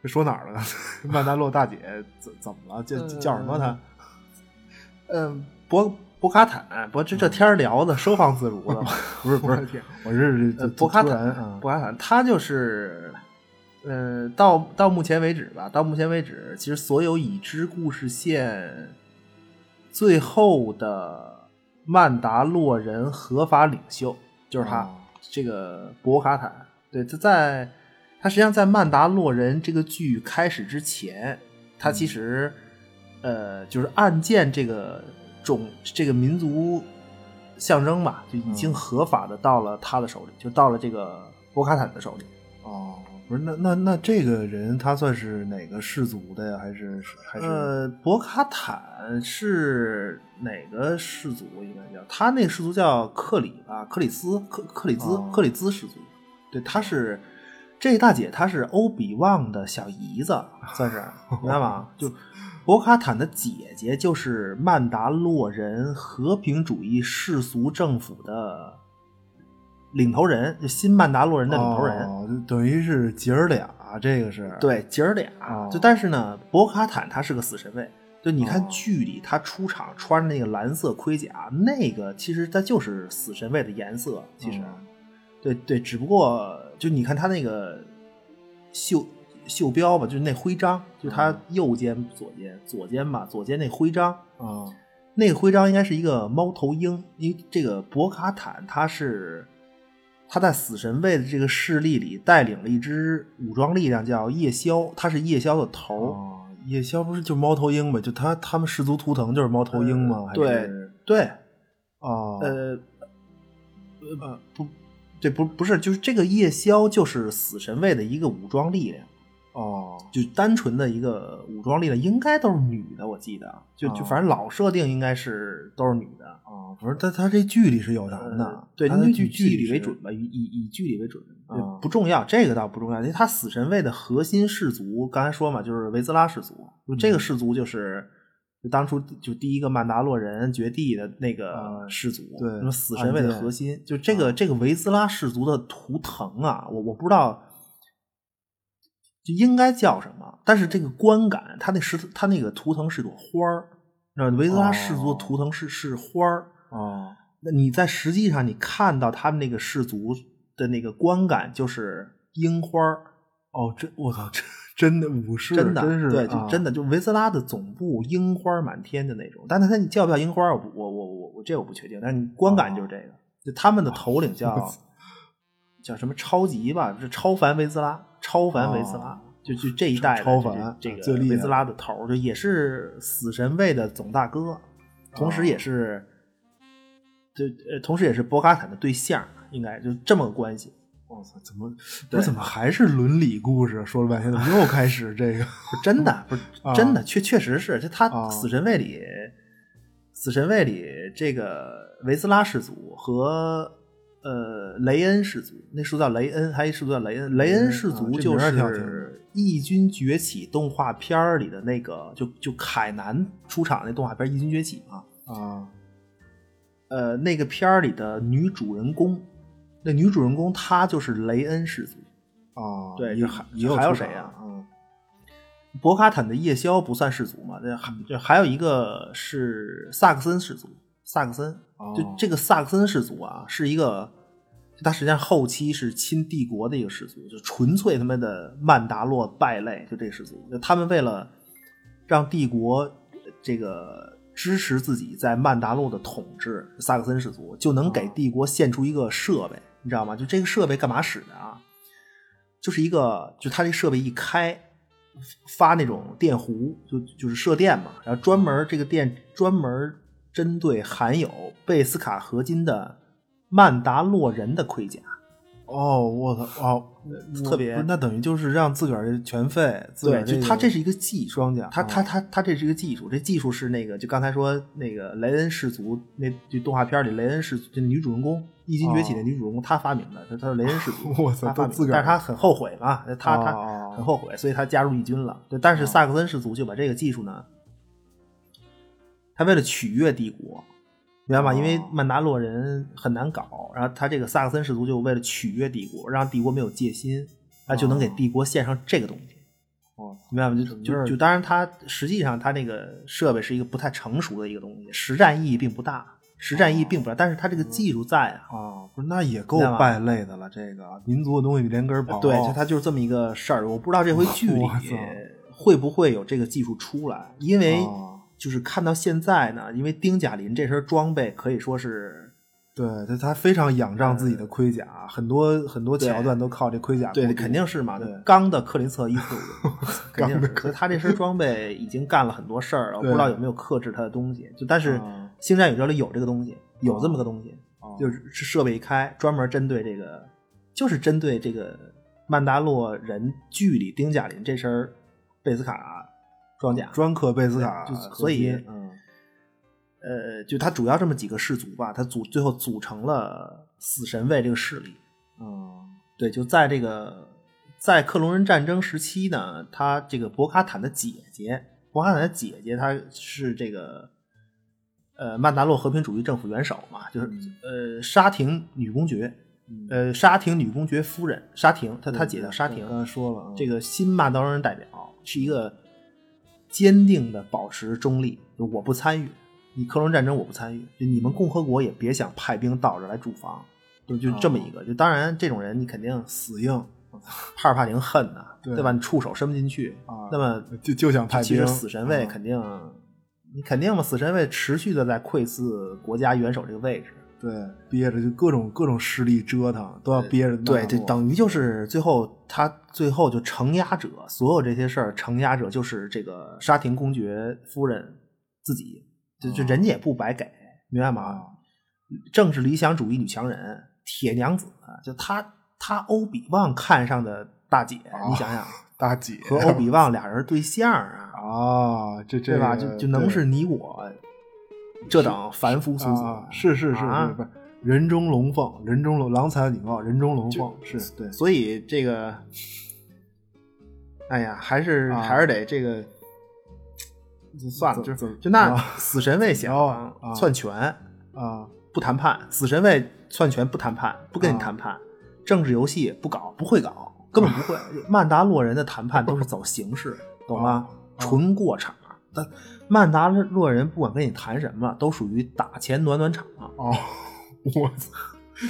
这说哪儿 了呢？曼达洛大姐怎怎么了？叫叫什么她？
嗯，博博卡坦，博这这天儿聊的收放自如 了，
不嗯是不
我的
是，
天
我是
呃
就
博卡
突
坦
然啊
博卡坦，他就是，呃，到到目前为止吧，到目前为止，其实所有已知故事线最后的曼达洛人合法领袖就是他，
哦
这个博卡坦。对，他在他实际上在曼达洛人这个剧开始之前，他其实、呃就是暗箭这个种这个民族象征吧，就已经
嗯
合法的到了他的手里，就到了这个博卡坦的手里。
哦，不是那那那这个人他算是哪个氏族的呀？还是还是、
呃，博卡坦是哪个氏族？应该叫他那个氏族叫克里吧，克里斯克克里兹、
哦
克里兹氏族。对，他是这大姐，她是欧比旺的小姨子，算是明白吗？就 博卡坦的姐姐就是曼达洛人和平主义世俗政府的领头人，就新曼达洛人的领头人。
哦就等于是姐儿俩，这个是
对，姐儿俩。
哦
就但是呢，博卡坦他是个死神卫。就你看
哦
剧里他出场穿着那个蓝色盔甲，那个其实它就是死神卫的颜色。其实，
嗯
对对，只不过就你看他那个袖袖标吧，就是那徽章，就他
嗯
右肩左肩左肩吧，左肩那徽章，
啊
那个徽章应该是一个猫头鹰，因为这个博卡坦他是他在死神卫的这个势力里带领了一支武装力量，叫夜枭，他是夜枭的头。
哦，夜枭不是就是猫头鹰吗？就他他们氏族图腾就是猫头鹰吗？还
呃对
是
对，
哦
呃，呃不，对不不是，就是这个夜枭就是死神卫的一个武装力量，
哦
就单纯的一个武装力量，应该都是女的，我记得啊，就就
哦
反正老设定应该是都是女的。
哦，不是他他这剧里是有男的，
呃对，
他
您
的
就以
剧
距离
是
为准呃吧，以以以距离为准，呃
啊
不重要，这个倒不重要，因为他死神卫的核心氏族，刚才说嘛，就是维兹拉氏族，就这个氏族就是。就当初就第一个曼达洛人绝地的那个
啊
氏族，
对
那么死神卫
暗
的
箭
核心，就这个这个维兹拉氏族的图腾啊，我我不知道就应该叫什么，但是这个观感，它那石头它那个图腾是朵花儿，那维兹拉氏族的图腾是、是花儿，
哦
那你在实际上你看到他们那个氏族的那个观感就是樱花儿，
哦，这我操，这真的武士
真的，
真是
对，就
啊
真的就维斯拉的总部樱花满天的那种。但是它你叫不叫樱花儿，我不我我我我这我不确定，但是你观感就是这
哦
个，就他们的头领叫、叫什么超级吧，是超凡维斯拉，超凡维斯拉。
哦
就就这一代的
超
这
凡
这
啊
个
最厉害
维斯拉的头儿，就也是死神卫的总大哥，同时
哦
也是，就呃，同时也是博卡坦的对象，应该就这么个关系。
我操，怎么不
对
是怎么还是伦理故事？说了半天，怎么又开始这 个？
不是真的，不是
啊
真的，确确实是，就他
啊
死神卫里，死神卫里这个维斯拉氏族和呃雷恩氏族，那氏族叫雷恩，还有一氏族叫雷恩，雷恩氏
啊
族
这
就
名儿挺好听的
是《义军崛起》动画片儿里的那个，就就凯南出场那动画片《义军崛起》嘛，
啊
呃，那个片儿里的女主人公，那女主人公她就是雷恩氏族，
啊！
对
也
这还
也有
还有
出
谁
场
呀
嗯
博卡坦的夜枭不算氏族嘛？这还这还有一个是萨克森氏族，萨克森
哦
就这个萨克森氏族啊，是一个，他实际上后期是亲帝国的一个氏族，就纯粹他妈的曼达洛败类，就这氏族，就他们为了让帝国这个支持自己在曼达洛的统治，萨克森氏族就能给帝国献出一个设备，你知道吗？就这个设备干嘛使的啊？就是一个，就他这设备一开，发那种电弧，就就是射电嘛，然后专门这个电专门针对含有贝斯卡合金的曼达洛人的盔甲，
哦，我操，哦，我
呃特别
不是那等于就是让自个儿全废，自个
对，
儿
就
个
它这是一个技术，
装甲，
它它
哦
它它这是一个技术，这技术是那个就刚才说那个雷恩氏族那就动画片里雷恩氏族就女主人公《异形崛起》
哦，
的女主人公她发明的，她她是雷恩氏族
我操
她发
都自
明的，
个
但
儿
是她很后悔嘛，她她
哦
很后悔，所以她加入义军了。对，但是萨克森氏族就把这个技术呢，他为了取悦帝国。明白吗？
哦
因为曼达洛人很难搞，然后他这个萨克森氏族就为了取悦帝国，让帝国没有戒心，他就能给
哦
帝国献上这个东西。
我操
明白吗？就
整个
就
儿
就，当然它实际上它那个设备是一个不太成熟的一个东西，实战意义并不大，实战意
哦
义并不大，但是它这个技术在啊。
啊，不是那也够
明白吗呃
败类的了，这个民族的东西连根儿刨，哦
对，就它就是这么一个事儿。我不知道这回 剧里
哇塞
会不会有这个技术出来，因为
哦
就是看到现在呢，因为丁甲林这身装备可以说是
对他他非常仰仗自己的盔甲，很多很多
呃对
桥段都靠这盔甲固定。
肯定是嘛
对，
钢的克林特伊斯伍德，肯定
钢的
是。
克
所以他这身装备已经干了很多事儿了，我不
对
知道有没有克制他的东西。就但是
啊
星战宇宙里有这个东西，有这么个东西。
哦
就是设备一开，专门针对这个，就是针对这个曼达洛人剧里丁甲林这身儿贝斯卡装甲，
专克贝斯卡
对
合
就
金，
所以
嗯，
呃，就他主要这么几个氏族吧，他组最后组成了死神卫这个势力。
嗯
对，就在这个在克隆人战争时期呢，他这个博卡坦的姐姐，博卡坦的姐姐，她是这个呃曼达洛和平主义政府元首嘛，就是、呃沙廷女公爵，
嗯
呃沙廷女公爵夫人沙廷，她
对
她姐
对
叫沙
对
廷，
刚才说了，嗯
这个新曼达洛人代表是一个坚定的保持中立，就我不参与，你克隆战争我不参与，就你们共和国也别想派兵到这儿来驻防，就就这么
哦
一个。就当然这种人你肯定死硬，帕尔帕廷恨呐、
对
吧？你触手伸不进去，
啊
那么
就就想派兵，
其实死神卫
嗯
肯定，你肯定嘛，死神卫持续的在窥伺国家元首这个位置。
对憋着就各种各种势力折腾，都要憋着。
对，这等于就是最后他最后就承压者，所有这些事儿承压者就是这个沙廷公爵夫人自己，就就
哦
人家也不白给，明白吗
啊？，
政治理想主义女强人，铁娘子，就她她欧比旺看上的大姐，
哦
你想 想
大姐
和欧比旺俩人对象啊，
啊，这这
对吧？
个
就就能
对
是你我这等凡夫俗子
啊，是是是
啊
是，不是人中龙凤，人中龙郎才女貌，人中龙凤是对。
所以这个，哎呀，还是、
啊
还是得这个，就算了，
怎
就
怎
是就那
啊
死神卫想、
啊啊
篡权
啊，
不谈判，死神卫篡权不谈判，不跟你谈
啊
判，政治游戏不搞，不会搞，根本不 会。曼达洛人的谈判都是走形式，懂吗？
哦
纯过场。但曼达洛人不管跟你谈什么，都属于打钱暖暖场。啊
哦，我操，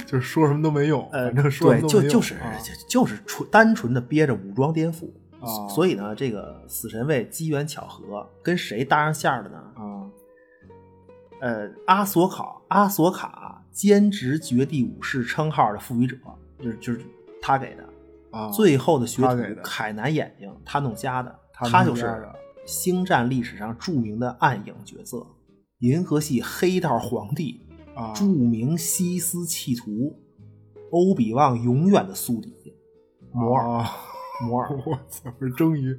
就是说什么都没用，
呃，
反正说什
对，
么都
就
没用
就是、
啊
就就是纯单纯的憋着武装颠覆，
啊
所以呢，这个死神卫机缘巧合跟谁搭上线儿的呢？
啊，
呃，阿索考阿索卡兼职绝地武士称号的赋予者，就是就是他给的。
啊
最后的学
他给
徒
的
凯南眼睛，他弄瞎的，
他
他
弄
就
瞎
是
的
星战历史上著名的暗影角色，银河系黑道皇帝，
啊
著名西斯弃徒，欧比旺永远的宿敌。摩尔，
啊，
摩尔，
我操，不是终于，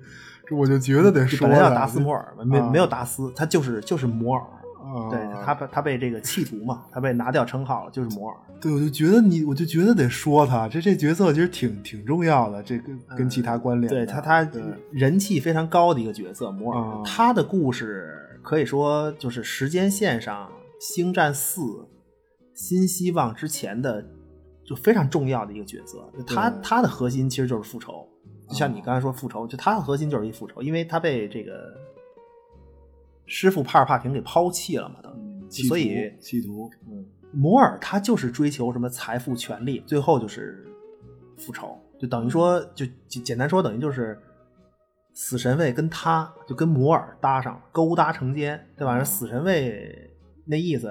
这我就觉得得
就
说
本来叫
了
达斯摩尔，没
啊
没有达斯，他就是就是摩尔。
啊，
对他被他被这个弃徒嘛，他被拿掉称号了，就是摩尔。
对，我就觉得你，我就觉得得说他，这这角色其实挺挺重要的，这跟跟其他关联的、
嗯对他他
对
人气非常高的一个角色，摩尔
啊。
他的故事可以说就是时间线上《星战四》新希望之前的就非常重要的一个角色。他
对哦
他的核心其实就是复仇，就像你刚才说复仇，就他的核心就是一复仇，因为他被这个师傅帕尔帕廷给抛弃了嘛，等于。
嗯企图
所以
企图，嗯
摩尔他就是追求什么财富、权力，最后就是复仇，就等于说，就就简单说，等于就是死神卫跟他就跟摩尔搭上了，勾搭成奸，对吧？
嗯
死神卫那意思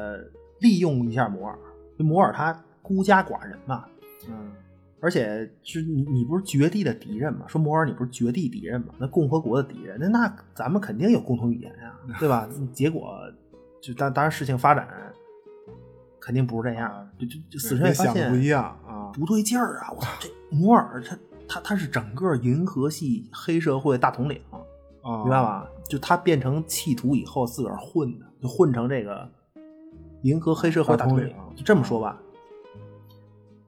利用一下摩尔，就摩尔他孤家寡人嘛，
嗯，
而且是你你不是绝地的敌人嘛？说摩尔你不是绝地敌人嘛？那共和国的敌人，那那咱们肯定有共同语言啊，对吧？结果就当当然事情发展肯定不是这样，就就就死神也发
想的
现
不一样啊，
不对劲儿啊！我操，这摩尔他他他是整个银河系黑社会大统领，
啊，
明白？吧？就他变成弃徒以后自个儿混的，就混成这个银河黑社会大统领
大统。领
就这么说吧，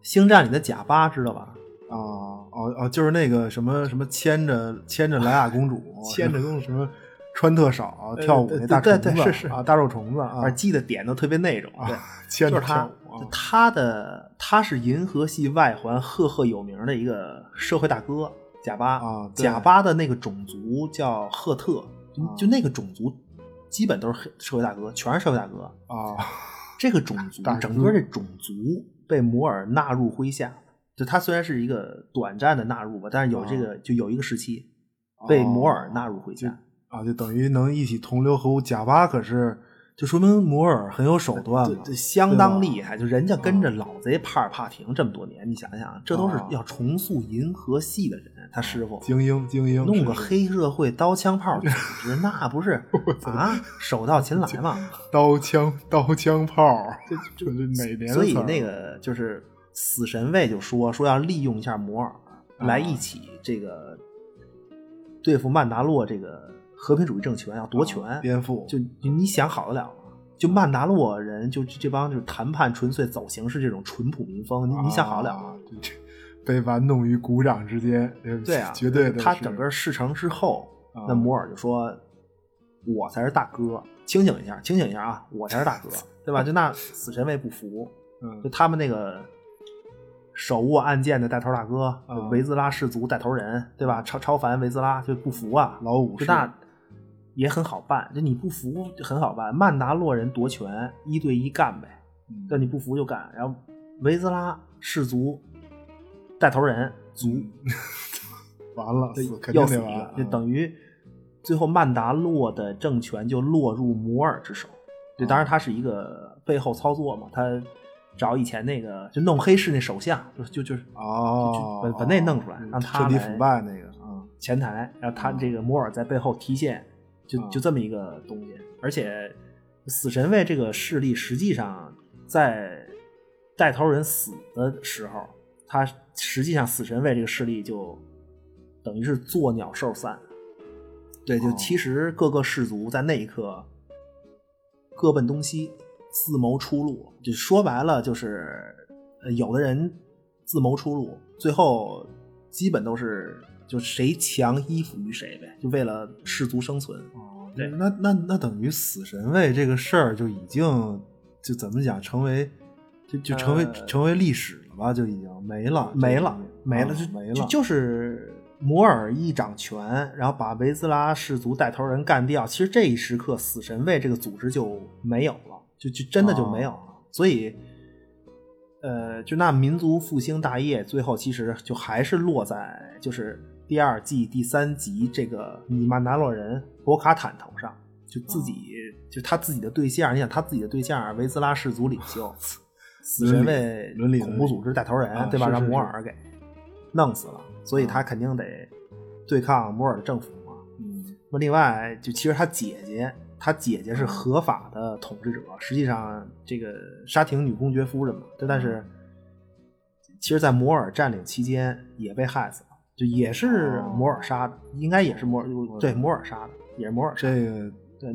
星战里的贾巴知道吧？
啊哦哦，就是那个什么什么牵着牵着莱雅 公主，
牵着
公主什么穿特少跳舞那大
呃对
虫
对
子
对是是
啊，大肉虫子啊
而，记得点都特别那种，对，
牵
就
着
是他
跳舞啊，
他的他是银河系外环赫赫有名的一个社会大哥贾巴
啊对
贾巴的那个种族叫赫特，就
啊
就那个种族基本都是黑社会大哥，全是社会大哥。
啊
这个种族
大哥
整个这种族被摩尔纳入麾下，就他虽然是一个短暂的纳入吧，但是有这个、就有一个时期被摩尔纳入麾下。
啊，就等于能一起同流合污。贾巴可是，就说明摩尔很有手段
对
嘛
对，相当
对吧嗯
厉害。就人家跟着老贼帕尔帕廷这么多年，你想想，这都是
啊
要重塑银河系的人，他师傅
精英精英，
弄个
是是
黑社会刀枪炮组织，那不 是啊，手到擒来嘛。
刀枪刀枪炮儿，这这哪年的
所以
词儿
那个就是死神卫就说说要利用一下摩尔
啊
来一起这个对付曼达洛这个和平主义政权，要
啊
夺权。
颠覆
就就你想好得了吗？就曼达洛人就这这帮就是谈判纯粹走形式这种淳朴民风，你你想好得了吗？
啊？这这被玩弄于鼓掌之间，这
对啊，
绝对的
他
是
整个事成之后，
啊
那摩尔就说：“我才是大哥，清醒一下，清醒一下啊，我才是大哥，对吧？”就那死神卫不服，
嗯
就他们那个手握暗箭的带头大哥、
啊
维兹拉氏族带头人，对吧？超超凡维兹拉就不服啊，
老武
就
士
那也很好办，就你不服就很好办，曼达洛人夺权一对一干呗，
嗯
那你不服就干。然后维兹拉氏族带头人族
完了，
对
死肯定
要死
得
一
完啊
个，，就等于最后曼达洛的政权就落入摩尔之手。对，当然
啊
他是一个背后操作嘛，他找以前那个就弄黑市那首相，就就就是
哦，
就把把那弄出来
嗯
让他
彻底
来
腐败那个啊，
前台，然后他这个摩尔在背后提线，就
啊
就这么一个东西。而且死神卫这个势力实际上在带头人死的时候，他实际上死神卫这个势力就等于是作鸟兽散。对，就
哦
其实各个氏族在那一刻各奔东西，自谋出路。就说白了，就是呃有的人自谋出路，最后基本都是就谁强依附于谁呗，就为了氏族生存。
哦，
对
那那那等于死神卫这个事儿就已经就怎么讲，成为就就成为、
呃
成为历史了吧？就已经没了，
没了，没了，就
就啊没
就
了，
就是摩尔一掌权，然后把维兹拉氏族带头人干掉。其实这一时刻，死神卫这个组织就没有了，就就真的就没有了。
哦
所以，呃，就那民族复兴大业，最后其实就还是落在就是第二季第三集这个米曼达洛人博卡坦头上。就自己，
哦
就他自己的对象，你想他自己的对象，维兹拉氏族领袖， 死神卫
伦理
恐怖组织带头人，
啊
对吧？
是是
让摩
是
尔给弄死了，所以他肯定得对抗摩尔的政府嘛。
嗯
那么另外，就其实他姐姐，他姐姐是合法的统治者，实际上这个沙廷女公爵夫人嘛，对，但
嗯
是其实，在摩尔占领期间也被害死了，就也是
哦
摩尔杀的，应该也是摩尔对摩尔杀的，也是摩尔杀的。
这个
对，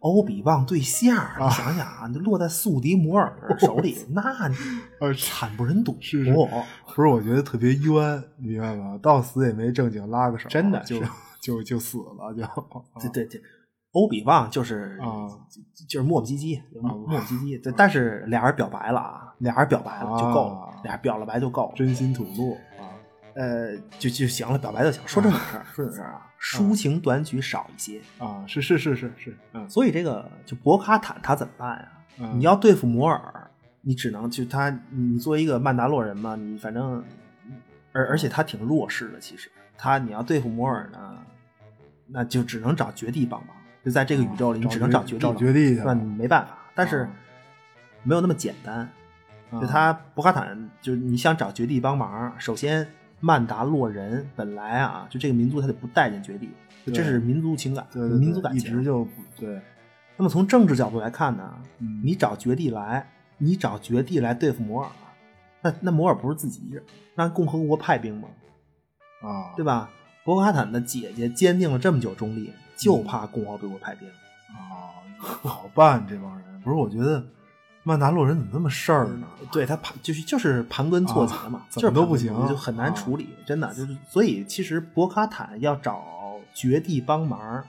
欧比旺对象，你想想啊，你落在宿敌摩尔手 里，那你
呃
惨不忍睹。哦
是是不是我觉得特别冤，你明白吗？到死也没正经拉个手，
真的
就是 就就死了，就
对对对，欧比旺就是
啊
就是磨磨唧唧，磨磨唧唧。对，但是俩人表白了啊，俩人表白了就够了
啊，
俩人表了白就够了。
真心吐露啊，
呃，就就行了，表白就行。说正经事儿，说正经事儿 啊，抒情短曲少一些。
啊，是是是是是，嗯，
所以这个就博卡坦他怎么办呀？
嗯
你要对付摩尔，你只能就他，你作为一个曼达洛人嘛，你反正，而而且他挺弱势的，其实他你要对付摩尔呢，那就只能找绝地帮忙，就在这个宇宙里，你只能
啊找啊
绝地
找
帮忙，
绝地去
那你没办法。但是
啊
没有那么简单，
哦嗯
就他博卡坦，就是你想找绝地帮忙，首先曼达洛人本来啊，就这个民族他就不待见绝地，
对
这是民族情感，
对对对
民族感
一
情。
直就不对，
那么从政治角度来看呢，
嗯
你找绝地来，你找绝地来对付摩尔，那那摩尔不是自己一人，那共和国派兵吗？
啊，
对吧？博卡坦的姐姐坚定了这么久中立，
嗯
就怕共和国派兵。
啊，不好办这帮人。不是，我觉得曼达洛人怎么那么事儿呢？
嗯对他盘就是就是盘根错节嘛，
啊
就是
怎么都不行啊
盘根错节就很难处理，真的就是。所以其实博卡坦要找绝地帮忙，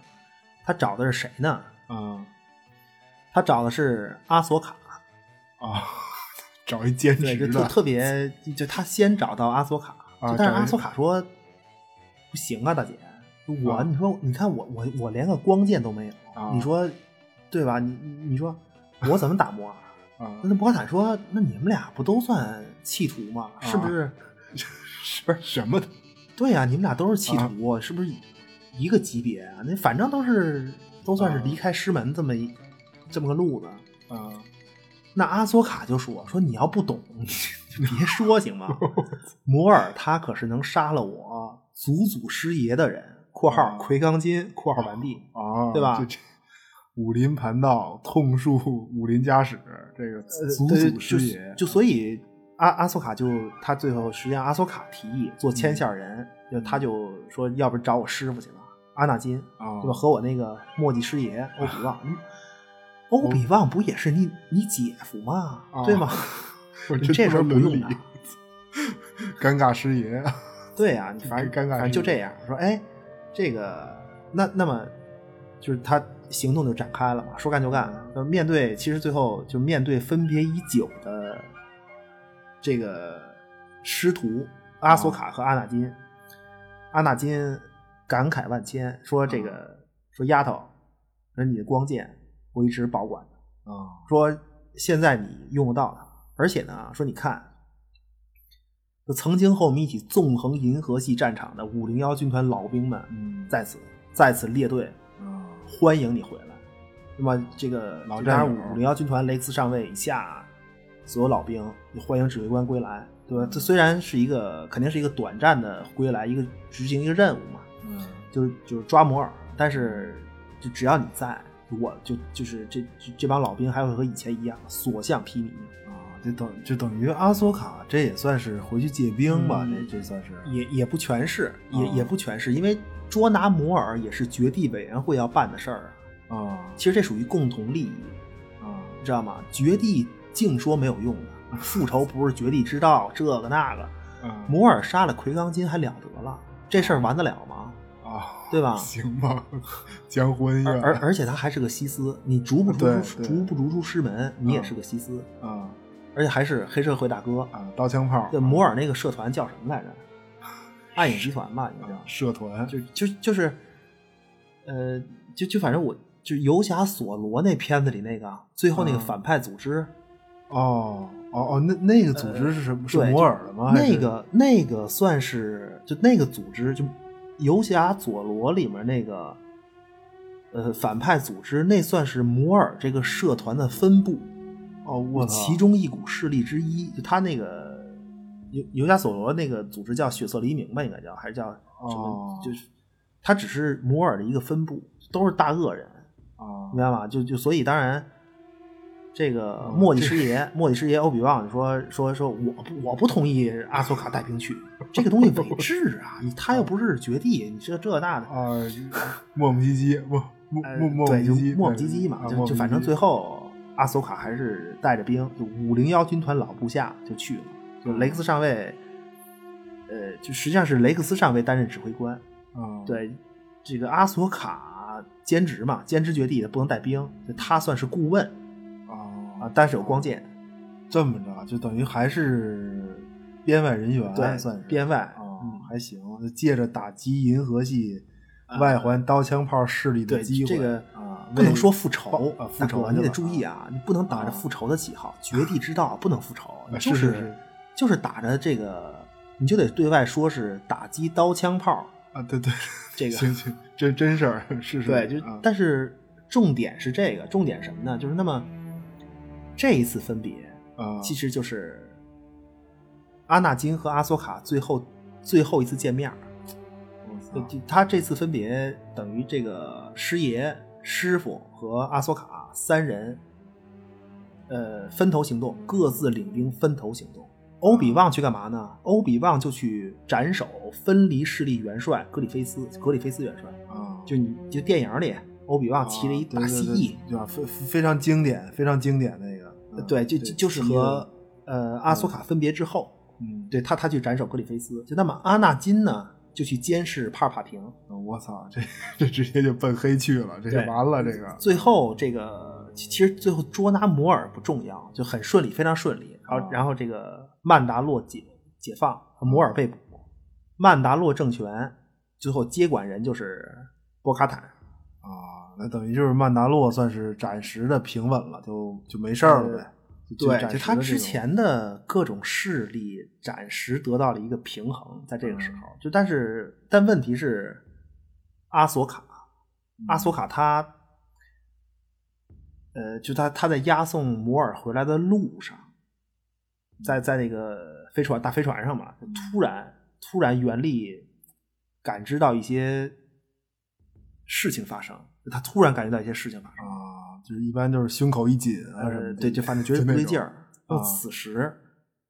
他找的是谁呢？嗯
啊
他找的是阿索卡，
啊， 找一兼
对，就
职
特
的
特别，就他先找到阿索卡，
啊
就但是
找一
阿索卡说不行啊，大姐，我、
啊
你说你看我我我连个光剑都没有，
啊
你说对吧？你你你说我怎么打磨？
啊，
那博卡坦说，那你们俩不都算弃徒吗？
啊
是不是？
不是什么
对啊呀、你们俩都是弃徒，是不是一个级别啊？那反正都是都算是
啊
离开师门这么一、这么个路子。
啊
那阿索卡就说：“说你要不懂， 你就别说行 吗？摩尔他可是能杀了我祖祖师爷的人（括号
啊
魁罡金）（括号完毕
啊，
对吧
就这武林盘道，痛述武林家史，这个）
呃。
祖
对
祖师爷
就就所以啊阿阿索卡就他最后实际上阿索卡提议做牵线人，就他就说要不找我师傅去吧，阿纳金
啊，
对吧？和我那个墨迹师爷欧 比旺，嗯欧比旺不也是你你姐夫吗？
哦啊
对 吗？
我
你 这时候不用
他
他
妈伦理，尴尬 师爷
对啊，你反正
尴尬
反正
是
就这样说，哎，这个那那么就是他行动就展开了嘛，说干就干。
嗯
呃面对其实最后就面对分别已久的这个师徒
哦
阿索卡和阿纳金，阿纳金感慨万千，说这个、
嗯
说丫头，说你的光剑我一直保管着，
啊
说现在你用不到它，而且呢，说你看，就曾经和我们一起纵横银河系战场的五零幺军团老兵们，
嗯
在此再次列队
啊
欢迎你回来。那么这个
老
当
战
然
友
五零幺军团雷茨上尉以下所有老兵也欢迎指挥官归来，对吧？这虽然是一个肯定是一个短暂的归来，一个执行一个任务嘛，
嗯
就是就是抓摩尔，但是就只要你在，我就就是这这这帮老兵还会和以前一样所向披靡，
啊，就等就等于阿索卡，这也算是回去借兵吧，
嗯
这这算是
也也不全是，也、
啊
也不全是，因为捉拿摩尔也是绝地委员会要办的事儿啊，
啊
其实这属于共同利益，
啊
你知道吗？绝地净说没有用的，复仇不是绝地之道，这个那个，
啊
摩尔杀了魁罡金还了得了，这事儿完得了吗？
啊，
对吧？
行吧， 江湖恩
而
怨啊
而而且他还是个西斯，你逐不逐出
对对
逐不逐出师门，你也
嗯
是个西斯，
啊
而且还是黑社会大哥。
啊，刀枪炮
这摩尔那个社团叫什么来着？暗影集团吧，应该
啊
叫。
社团
就就就是，呃，就就反正我就游侠索罗那片子里那个最后那个
嗯
反派组织，
哦哦哦，那那个组织是什么？是
对
摩尔的吗？还是
那个那个算是就那个组织，就游侠佐罗里面那个呃反派组织，那算是摩尔这个社团的分部，
哦，我操
其中一股势力之一。就他那个游游侠佐罗那个组织叫血色黎明吧，应该叫还是叫什么？
哦
就是他只是摩尔的一个分部，都是大恶人，
啊
明白吗？就就所以当然。这个
哦
墨迹
这
师爷，墨迹师爷欧比旺说说说，我不我不同意阿索卡带兵去，这个东西伪制 啊！你他又不是绝地，你这这那的，
啊，磨磨唧唧，磨磨
呃
磨磨
对，就
唧唧，
磨磨唧唧嘛
啊，
就
磨
就
磨
反
唧
正
唧
最后阿索卡还是带着兵，就五零幺军团老部下就去了，就
嗯
雷克斯上尉，呃，就实际上是雷克斯上尉担任指挥官，
啊，
对，这个阿索卡兼职嘛，兼职绝地的不能带兵，就他算是顾问啊
啊，，
但是有光剑，
这么着啊就等于还是编外人员，
对，
算是
编哎外，
啊
嗯，，啊
还行，就借着打击银河系外环刀枪炮势力的
对，
机会，
这个
啊，
不能说
为
复仇
啊复仇
大哥
去了
你得注意啊，你不能打着复仇的旗号，绝地之道不能复仇，你就是
啊是是
就是打着这个，你就得对外说是打击刀枪炮，
啊，对对，
这个
行行，这真事儿是是，
对，就
啊
但是重点是这个，重点什么呢？就是那么这一次分别，
啊
其实就是阿纳金和阿索卡最后最后一次见面儿。
我
就
操
就他这次分别等于这个师爷、师傅和阿索卡三人，呃，分头行动，各自领兵分头行动。欧比旺去干嘛呢？欧比旺就去斩首分离势力元帅格里菲斯，格里菲斯元帅。
啊，
就你就电影里，欧比旺骑着一
对
大
哦对
蜥
对
蜴，
对吧？非非常经典，非常经典那个，嗯
对，就就就是
蜥蜴
和呃阿索卡分别之后，
嗯，
对他他去斩首格里菲斯。就那么阿纳金呢，就去监视帕尔帕廷。
嗯我操，这 这直接就奔黑去了，这就
对
完了，这个
最后这个其其实最后捉拿摩尔不重要，就很顺利，非常顺利。然后
啊
然后这个曼达洛解解放，摩尔被捕，曼达洛政权最后接管人就是博卡坦。
啊，那等于就是曼达洛算是暂时的平稳了，就就没事儿了呗。就
呃对，
暂
就
时
他
的
之
这种
前的各种势力暂时得到了一个平衡，在这个
嗯
时候，就但是但问题是，阿索卡，
嗯
阿索卡他，呃，就他他在押送摩尔回来的路上，在在那个飞船大飞船上嘛，
嗯
突然突然原力感知到一些事情发生，他突然感觉到一些事情发生。
啊，就是一般就是胸口一紧啊什么
呃，
的，
对，就反正觉得
就
不
那
对
种
劲儿。
啊
到此时，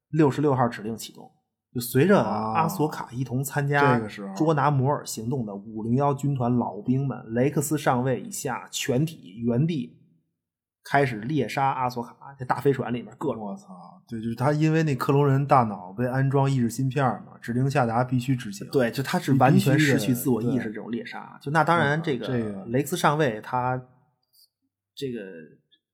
六十六号指令启动，就随着
啊
阿索卡一同参加
这个时候
捉拿摩尔行动的五零幺军团老兵们，雷克斯上尉以下全体原地开始猎杀阿索卡。这大飞船里面各种
我操，对，就是他因为那克隆人大脑被安装意识芯片嘛，指令下达必须执行。
对，就他是
你
完
必
全
须
失
得
去自我意
对
识这种猎杀。就那当然，
嗯
这个
这个
雷克斯上尉他这个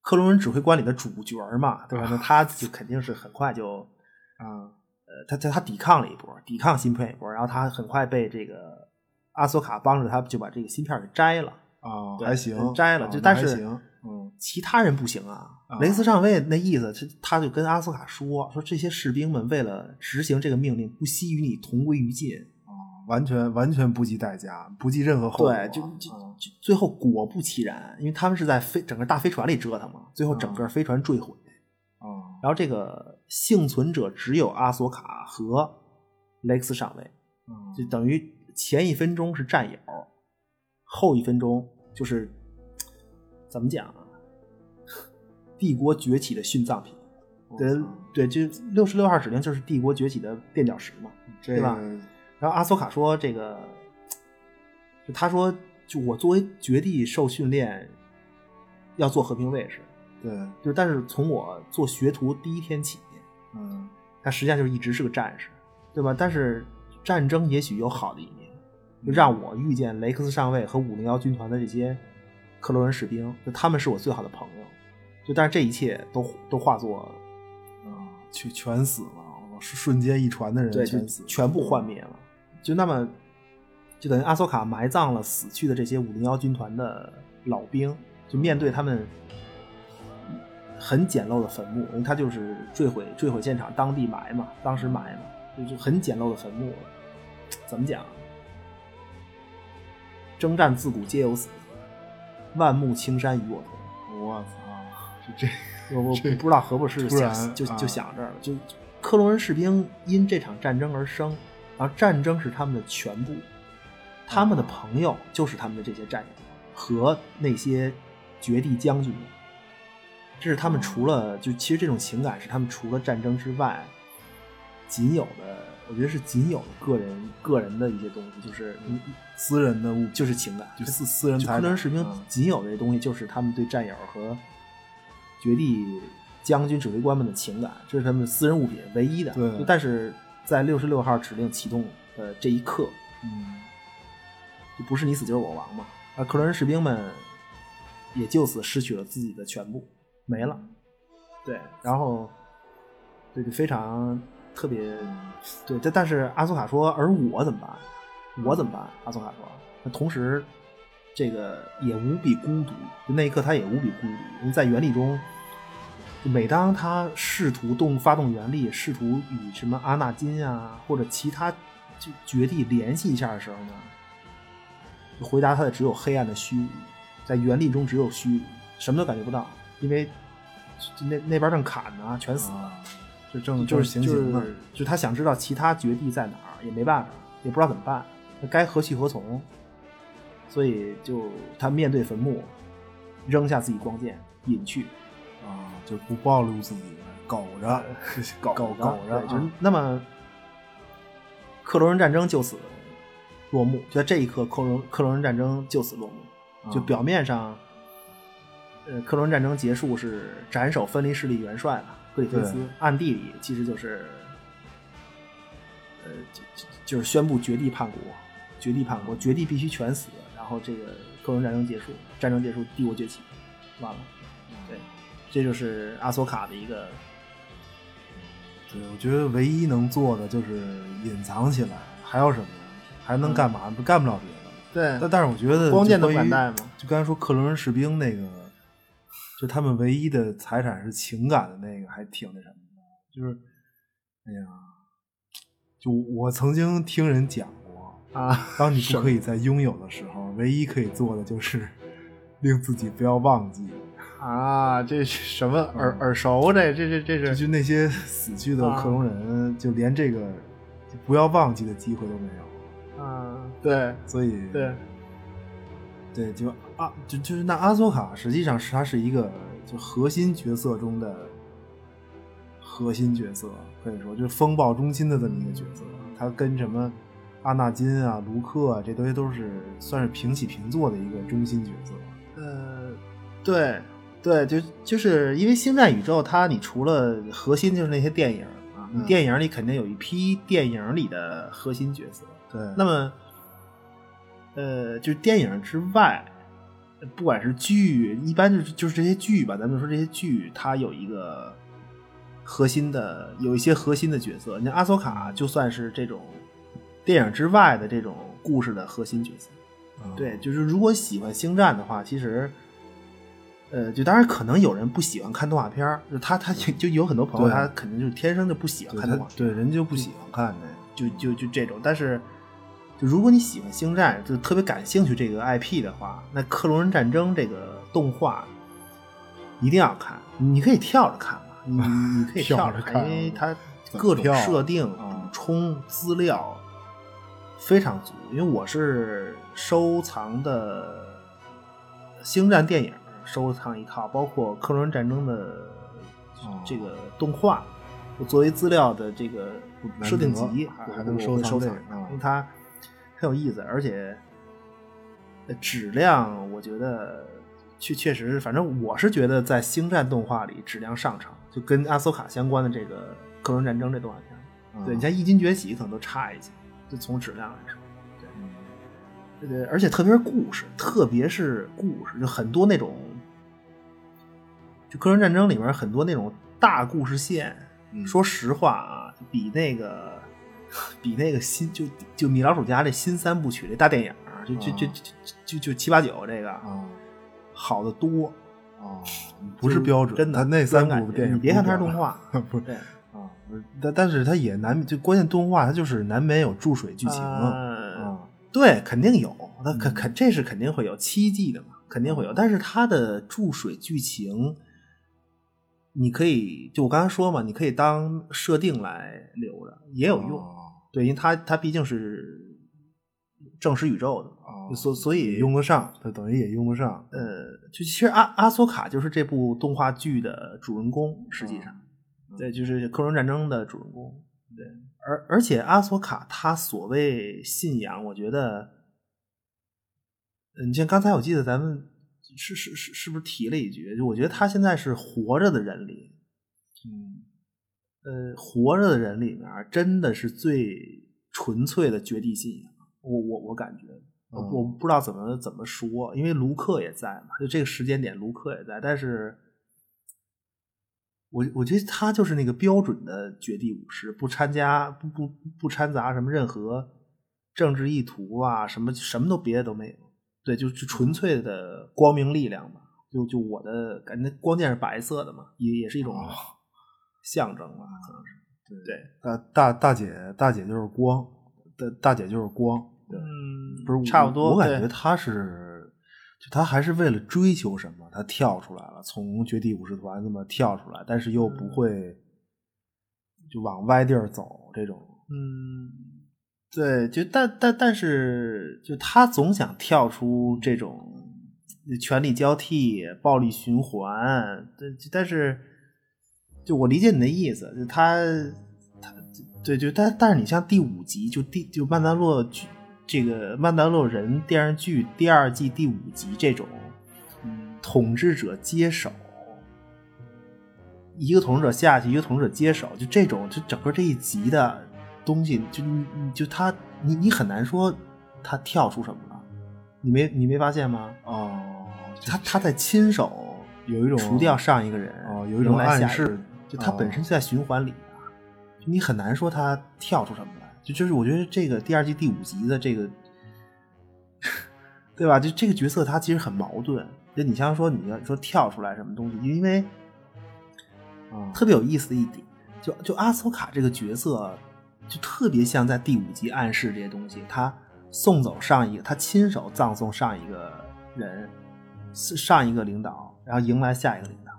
克隆人指挥官里的主角儿嘛，对吧？那他就肯定是很快就
啊，
呃，他他他抵抗了一波，抵抗芯片一波，然后他很快被这个阿索卡帮着他就把这个芯片给摘了。
啊，
对
还行，
摘了
啊
就
那
但
还
是
行，嗯
其他人不行啊
啊，
雷斯上尉那意思，他他就跟阿索卡说说这些士兵们为了执行这个命令，不惜与你同归于尽。
啊，完全完全不计代价，不计任何后果
对，
啊。
就就
啊
就最后果不其然，因为他们是在飞整个大飞船里折腾嘛，最后整
嗯
个飞船坠毁。
啊
然后这个幸存者只有阿索卡和雷克斯上尉。
嗯
就等于前一分钟是战友，后一分钟就是怎么讲啊？帝国崛起的殉葬品，
我
对
操
对，就六十六号指令就是帝国崛起的垫脚石嘛。
这
对吧
个
然后阿索卡说：“这个，就他说，就我作为绝地受训练，要做和平卫士，
对，
就但是从我做学徒第一天起，
嗯，
他实际上就是一直是个战士，对吧？但是战争也许有好的一面，就让我遇见雷克斯上尉和五零幺军团的这些克罗人士兵，就他们是我最好的朋友。就但是这一切都都化作
啊，全全死了，我瞬瞬间一传的人
对，就
全死了，
全部幻灭了。就那么，就等于阿索卡埋葬了死去的这些五零幺军团的老兵，就面对他们很简陋的坟墓，因为他就是坠毁坠毁现场当地埋嘛，当时埋嘛，就就很简陋的坟墓。怎么讲？征战自古皆有死，万木青山与我同。
我操，就这
我我
这
不知道合不合适，
突然
就
啊
就想这儿了。就克隆人士兵因这场战争而生，然后战争是他们的全部，他们的朋友就是他们的这些战友和那些绝地将军们。这是他们除了就其实这种情感是他们除了战争之外仅有的，我觉得是仅有的个人个人的一些东西，就是你
嗯私人的物
就是情感，
就私私人
就
财
昆仑
产
士兵
嗯
仅有的东西，就是他们对战友和绝地将军指挥官们的情感，这是他们私人物品唯一的。
对
就但是在六十六号指令启动的这一刻，
嗯
就不是你死就是我亡嘛。而克伦士兵们也就此失去了自己的全部，没了。对，然后对就非常特别对，但但是阿苏卡说，而我怎么办？我怎么办？阿苏卡说，那同时这个也无比孤独，就那一刻他也无比孤独，因为在原力中。就每当他试图动发动原力，试图与什么阿纳金啊或者其他就绝地联系一下的时候呢，回答他的只有黑暗的虚无，在原力中只有虚无，什么都感觉不到，因为就那那边正砍呢，全死了，
啊，
就正
就是
行
行刑
就
呢
是就他想知道其他绝地在哪儿，也没办法，也不知道怎么办，那该何去何从，所以就他面对坟墓，扔下自己光剑，隐去，
啊，就不暴露自己，苟着，
呃
苟
苟
苟着
对就是
啊，
嗯那么，克隆人战争就此落幕。就在这一刻，克隆克隆人战争就此落幕。就
啊
表面上，呃，克隆人战争结束是斩首分离势力元帅了格里菲斯
对，
暗地里其实就是，呃，就就就是宣布绝地叛国，绝地叛国，绝地必须全死。然后这个克隆人战争结束，战争结束，帝国崛起，完了。对，这就是阿索卡的一个
对，我觉得唯一能做的就是隐藏起来，还有什么？还
嗯
能干嘛？干不了别的。
对
但 但是我觉得，
光
关
剑
键
都
的
不敢戴吗？
就刚才说克隆人士兵那个，就他们唯一的财产是情感的那个，还挺那什么的。就是，哎呀，就我曾经听人讲过，
啊，
当你不可以再拥有的时候，唯一可以做的就是 令自己不要忘记。
啊，这是什么耳
嗯
耳熟这这这这
就是就那些死去的克
啊
隆人，就连这个就不要忘记的机会都没有，
啊，对
所以
对
对，就啊，就就是那阿索卡实际上是他是一个就核心角色中的核心角色，可以说就是风暴中心的这么一个角色，他跟什么阿纳金啊、卢克啊这东西都是算是平起平坐的一个中心角色。
呃，对对，就就是因为星战宇宙它，你除了核心就是那些电影啊，
嗯
电影里肯定有一批电影里的核心角色，
对，
那么，呃，就是电影之外，呃不管是剧，一般就是就是这些剧吧，咱们说这些剧，它有一个核心的，有一些核心的角色。你像阿索卡就算是这种电影之外的这种故事的核心角色。
嗯
对，就是如果喜欢星战的话，其实。呃，就当然可能有人不喜欢看动画片儿，就他他就就有很多朋友，
对
他肯定就是天生就不喜欢
对
看动画
他
片儿
对人就不喜欢看这个。
就就就这种。但是，就如果你喜欢星战，就特别感兴趣这个 IP 的话，那《克隆人战争》这个动画一定要看，你可以跳着看嘛，你你可以
跳
跳
着
着
看
看，因为它
怎么
各种
跳啊
设定、
啊
补充资料非常足。因为我是收藏的星战电影，收藏一套，包括《克隆人战争》的
哦
这个动画。我作为资料的这个设定集，
还
我
还能
我
收
会
藏
收
这
藏
个啊
因为它很有意思，而且呃质量我觉得确确实，反正我是觉得在星战动画里质量上乘，就跟阿索卡相关的这个克隆战争这动画片，
啊
对你像《异军崛起》可能都差一些，就从质量来说。
嗯
呃，而且特别是故事，特别是故事，就很多那种，就《个人战争》里面很多那种大故事线，
嗯
说实话啊，比那个比那个新就就米老鼠家这新三部曲这大电影儿，就就就
啊
就就就七八九这个、
啊
好的多，
啊，不是标准，
真的
他那三
不然
部
感觉
电影
你别看它是
不
动
是标
画，
准， 不是
对
啊，不是但但是它也难，就关键动画它就是难免有注水剧情啊，
呃
啊
对，肯定有，那肯
嗯
肯这是肯定会有七季的嘛，肯定会有。但是它的注水剧情，你可以就我刚才说嘛，你可以当设定来留着，也有用。
啊
对，因为它它毕竟是正史宇宙的嘛，
啊，
所所以
也用得上，它等于也用得上，
呃，就其实阿阿索卡就是这部动画剧的主人公，实际上，
嗯
对，就是《克隆战争》的主人公。对，而而且阿索卡他所谓信仰，我觉得，嗯，像刚才我记得咱们是是是是不是提了一句？就我觉得他现在是活着的人里，
嗯
呃，活着的人里面真的是最纯粹的绝地信仰。我我我感觉，我
嗯
我不知道怎么怎么说，因为卢克也在嘛，就这个时间点卢克也在，但是。我我觉得他就是那个标准的绝地武士，不掺加不不不掺杂什么任何政治意图啊，什么什么都别的都没有，对，就是
嗯
纯粹的光明力量嘛。就就我的感觉，光剑是白色的嘛，也也是一种
哦
象征吧，可能是。对，
大呃大大姐大姐就是光，大大姐就是光，
嗯
不是我
差不多。
我感觉
对
她是，就他还是为了追求什么，他跳出来了，从绝地武士团这么跳出来，但是又
嗯
不会就往歪地儿走这种。
嗯，对，就但但但是，就他总想跳出这种权力交替、暴力循环，但但是，就我理解你的意思，就他他对就但但是你像第五集，就第就曼达洛剧这个曼达洛人电视剧第二季第五集这种，嗯，统治者接手。一个统治者下去，一个统治者接手，就这种，就整个这一集的东西，就你你就他，你你很难说他跳出什么了，你没你没发现吗？
哦，
他他在亲手
有一种
除掉上一个人，
哦，有一种
迎来下
暗
一个
示
人，就他本身
哦
就在循环里啊，就你很难说他跳出什么来。就就是我觉得这个第二季第五集的这个， 对吧？就这个角色他其实很矛盾。就你像说你要说跳出来什么东西，因为
哦
特别有意思的一点，就就阿索卡这个角色，啊就特别像在第五集暗示这些东西，他送走上一个，他亲手葬送上一个人，是上一个领导，然后迎来下一个领导，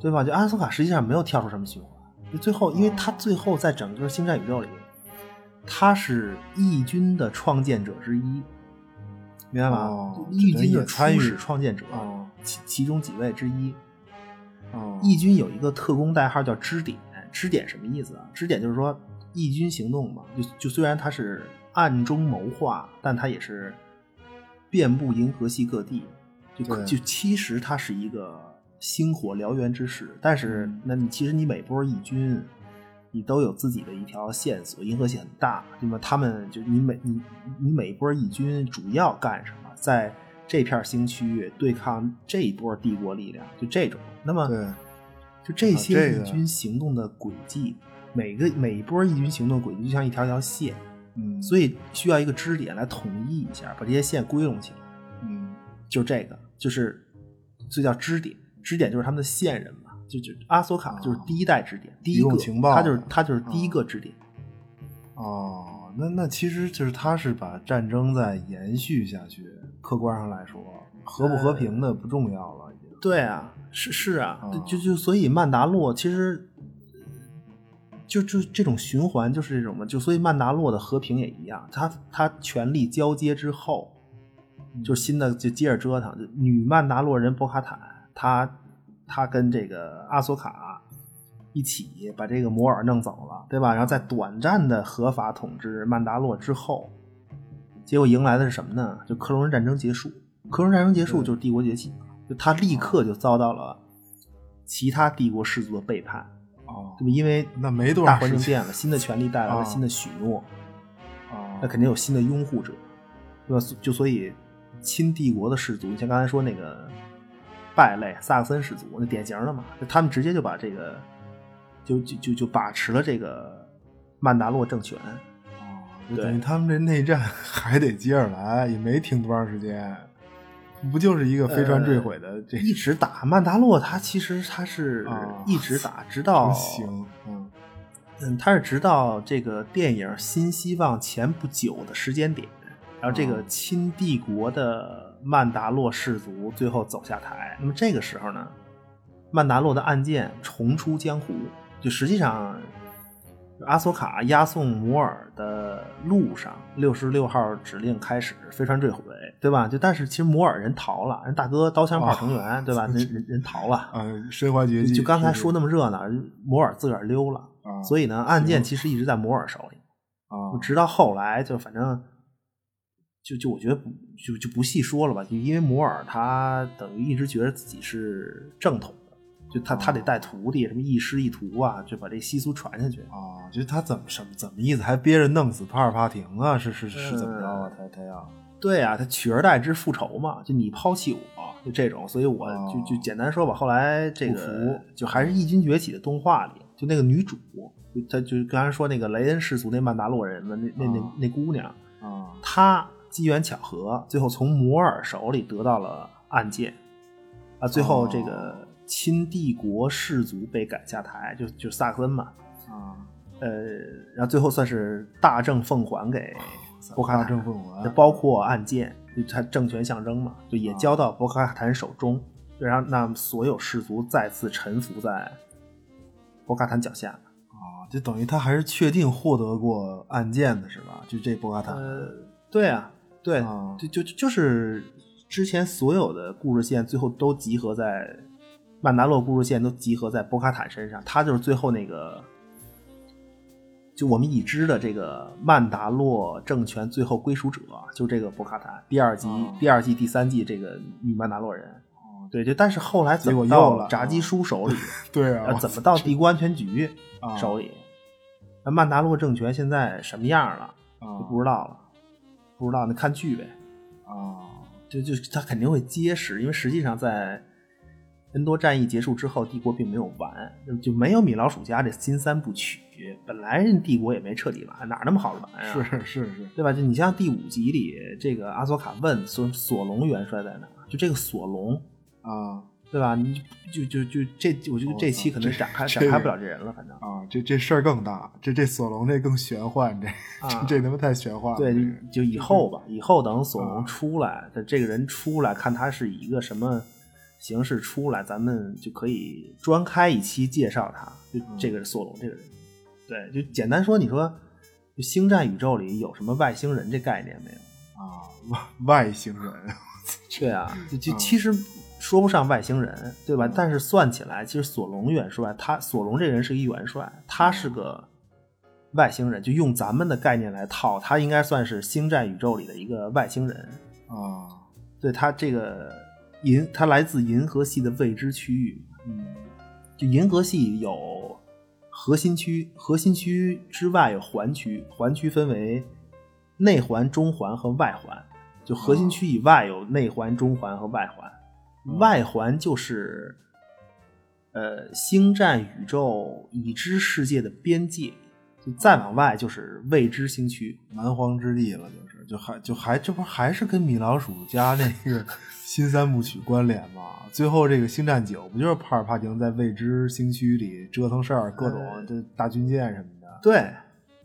对吧？就阿索卡实际上没有跳出什么循环，就最后，因为他最后在整个星战宇宙里，他是义军的创建者之一。明白吗
哦？
义
就等于
军
也
的初
参与
始创建者，
哦
其其中几位之一。
哦，
义军有一个特工代号叫支点，支点什么意思啊？支点就是说义军行动嘛，就就虽然他是暗中谋划，但他也是遍布银河系各地，就可
对
就其实他是一个星火燎原之势，但是
嗯
那你其实你每波义军。你都有自己的一条线索，银河系很大，那么他们就你每你你每一波义军主要干什么，在这片星区域对抗这一波帝国力量，就这种。那么
对，
就这
啊
些
这个
义军行动的轨迹，每个每一波义军行动轨迹就像一条条线，
嗯，
所
以
以需要一个支点来统一一下，把这些线归拢起来。
嗯，
就这个，就是这叫支点，支点就是他们的线人嘛，就就阿索卡就是第一代支点，第一
提
个
供啊情报的啊
他就是他就是第一个支点。
哦，那那其实就是他是把战争在延续下去，客观上来说，和不和平的不重要了，已经。
对啊，是是啊，
哦
就就所以曼达洛其实就就这种循环就是这种嘛，就所以曼达洛的和平也一样，他他权力交接之后，就是新的就接着折腾，就女曼达洛人博卡坦，她她跟这个阿索卡一起把这个摩尔弄走了，对吧？然后在短暂的合法统治曼达洛之后，结果迎来的是什么呢？就克隆人战争结束，克隆人战争结束就是帝国崛起，就他立刻就遭到了其他帝国氏族的背叛，
哦
对吧？因为
那没多
大
长
环
时
境
间
变了，新的权力带来
啊
了新的许诺，
哦
那肯定有新的拥护者，对吧？所就所以亲帝国的氏族，你像刚才说那个败类萨克森氏族，那典型的嘛，就他们直接就把这个就就就就把持了这个曼达洛政权。
哦就
对
等于他们这内战 还得接着来，也没停多长时间，不就是一个飞船
呃
坠毁的这
一直打曼达洛，他其实他是
啊
一直打，直
成
到
型？嗯，
嗯，他是直到这个电影《新希望》前不久的时间点，然后这个
嗯
亲帝国的曼达洛氏族最后走下台。那么这个时候呢，曼达洛的案件重出江湖，就实际上阿索卡押送摩尔的路上，六十六号指令开始飞船坠毁，对吧？就但是其实摩尔人逃了，人大哥刀枪炮成员，对 吧？人人人逃了。
哦啊，身怀绝
就
技，
就刚才
是
说那么热闹，人摩尔自个儿溜了，
啊，
所
以
以呢，案件其实一直在摩尔手里，
啊，
直到后来就反正就就我觉得不就就不细说了吧，就因为摩尔他等于一直觉得自己是正统的，就他
哦
他得带徒弟，什么一师一徒啊，就把这习俗传下去。
啊，就是他怎么什么怎么意思，还憋着弄死帕尔帕廷啊？是是是怎么着啊？
嗯
他他要
对啊，他取而代之复仇嘛，就你抛弃我，就这种，所以我
哦
就就简单说吧。后来这
不
个
服
就还是《异军崛起》的动画里，就那个女主，就她就是刚才说那个雷恩氏族那曼达洛人的那那那
哦
那姑娘，
啊
她机缘巧合，最后从摩尔手里得到了案件，啊，最后
哦
这个亲帝国氏族被赶下台，就就萨克森嘛，
啊，
呃，然后最后算是大政奉还给
萨
博卡
大
坦
正，凤
那
凰
包括案件，就它政权象征嘛，就也交到博卡坦手中，就让那么所有氏族再次臣服在博卡坦脚下。
啊，就等于他还是确定获得过案件的是吧？就这博卡坦，
呃，对啊，对，
啊
就就就是之前所有的故事线最后都集合在曼达洛故事线都集合在博卡坦身上，他就是最后那个，就我们已知的这个曼达洛政权最后归属者，就这个博卡坦。第二集、
哦
第二季、第三季这个女曼达洛人。对，就但是后来怎
结
么
果
到
又了哦
炸鸡叔手里，
对啊
呃怎么到帝国安全局
哦
手里？那曼达洛政权现在什么样了？
啊
就不知道了，不知道那看剧呗。
啊
就就他肯定会结实，因为实际上在恩多战役结束之后，帝国并没有完，就就没有米老鼠家这新三部曲。本来人帝国也没彻底完，哪那么好玩啊？
是是是
对吧？就你像第五集里，这个阿索卡问索索隆元帅在哪儿，就这个索隆，
啊
对吧？你就就就就这，我觉得
我
这
操
期可能
哦这
展开
这
展开
个
不了这人了，反正
啊，这这事儿更大，这这索隆这更玄幻，这、
啊
这他妈太玄幻了。
对
这个，
就以后吧，以后等索隆
啊
出来，等这个人出来，看他是以一个什么形式出来，咱们就可以专开一期介绍他。就这个索隆这个人，对，就简单说，你说就星战宇宙里有什么外星人这概念没有？
啊，外外星人，
对啊，就就
嗯
其实说不上外星人，对吧？但是算起来，其实索隆元帅，他索隆这个人是一元帅，他是个外星人，就用咱们的概念来套，他应该算是星战宇宙里的一个外星人。
啊，
对他这个银，他来自银河系的未知区域。
嗯
就银河系有核心区，核心区之外有环区，环区分为内环、中环和外环。就核心区以外有内环、中环和外环，
嗯
外环就是呃星战宇宙已知世界的边界。就再往外就是未知星区，
蛮荒之地了，就是，就还就还这不还是跟米老鼠家那个新三部曲关联吗？最后这个星战九不就是帕尔帕廷在未知星区里折腾事儿，各
哎
种这大军舰什么的
对，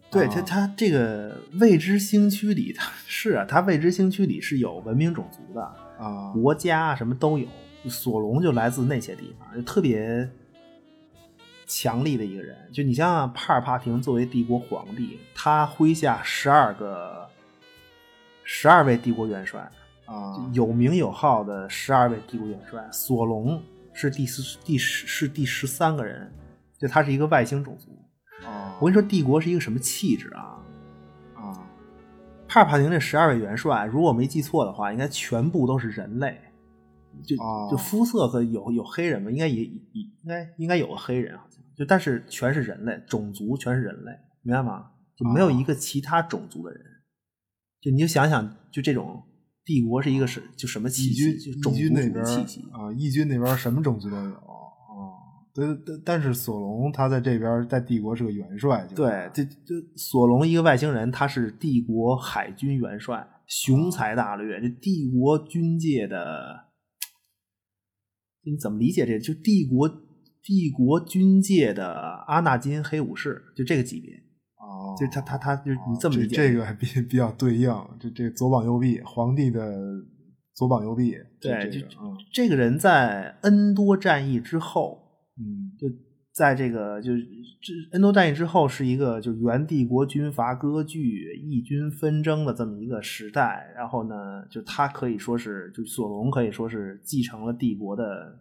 对
啊
他他这个未知星区里，他是啊，他未知星区里是有文明种族的，
啊
国家啊什么都有。索隆就来自那些地方，就特别强力的一个人。就你像帕尔帕廷作为帝国皇帝，他麾下十二个十二位帝国元帅，
啊
有名有号的十二位帝国元帅，索隆是第四第十是第十三个人，就他是一个外星种族。
啊
我跟你说，帝国是一个什么气质啊？
啊
帕尔帕廷这十二位元帅，如果没记错的话，应该全部都是人类，就、
哦
就肤色和有有黑人吧，应该也也也应该应该有个黑人，好像就但是全是人类，种族全是人类，明白吗？就没
哦
有一个其他种族的人。就你就想想，就这种帝国是一个什就什么气
义军
息，就种
义
族
军
主
那
义
边
气息。
儿啊，义军那边儿什么种族都有啊。但但但是索隆他在这边儿在帝国是个元帅，就是
对，这这索隆一个外星人，他是帝国海军元帅，雄才大略，这帝国军界的，你怎么理解这？就帝国帝国军界的阿纳金黑武士，就这个级别，
哦，
就他他他，就
啊
你这么理解？
这个还比比较对应，这这左膀右臂，皇帝的左膀右臂，就
对
这
就
个嗯
这个人在恩多战役之后，
嗯
就在这个就是这恩多战役之后，是一个就原帝国军阀割据、义军纷争的这么一个时代。然后呢，就他可以说是，就索隆可以说是继承了帝国的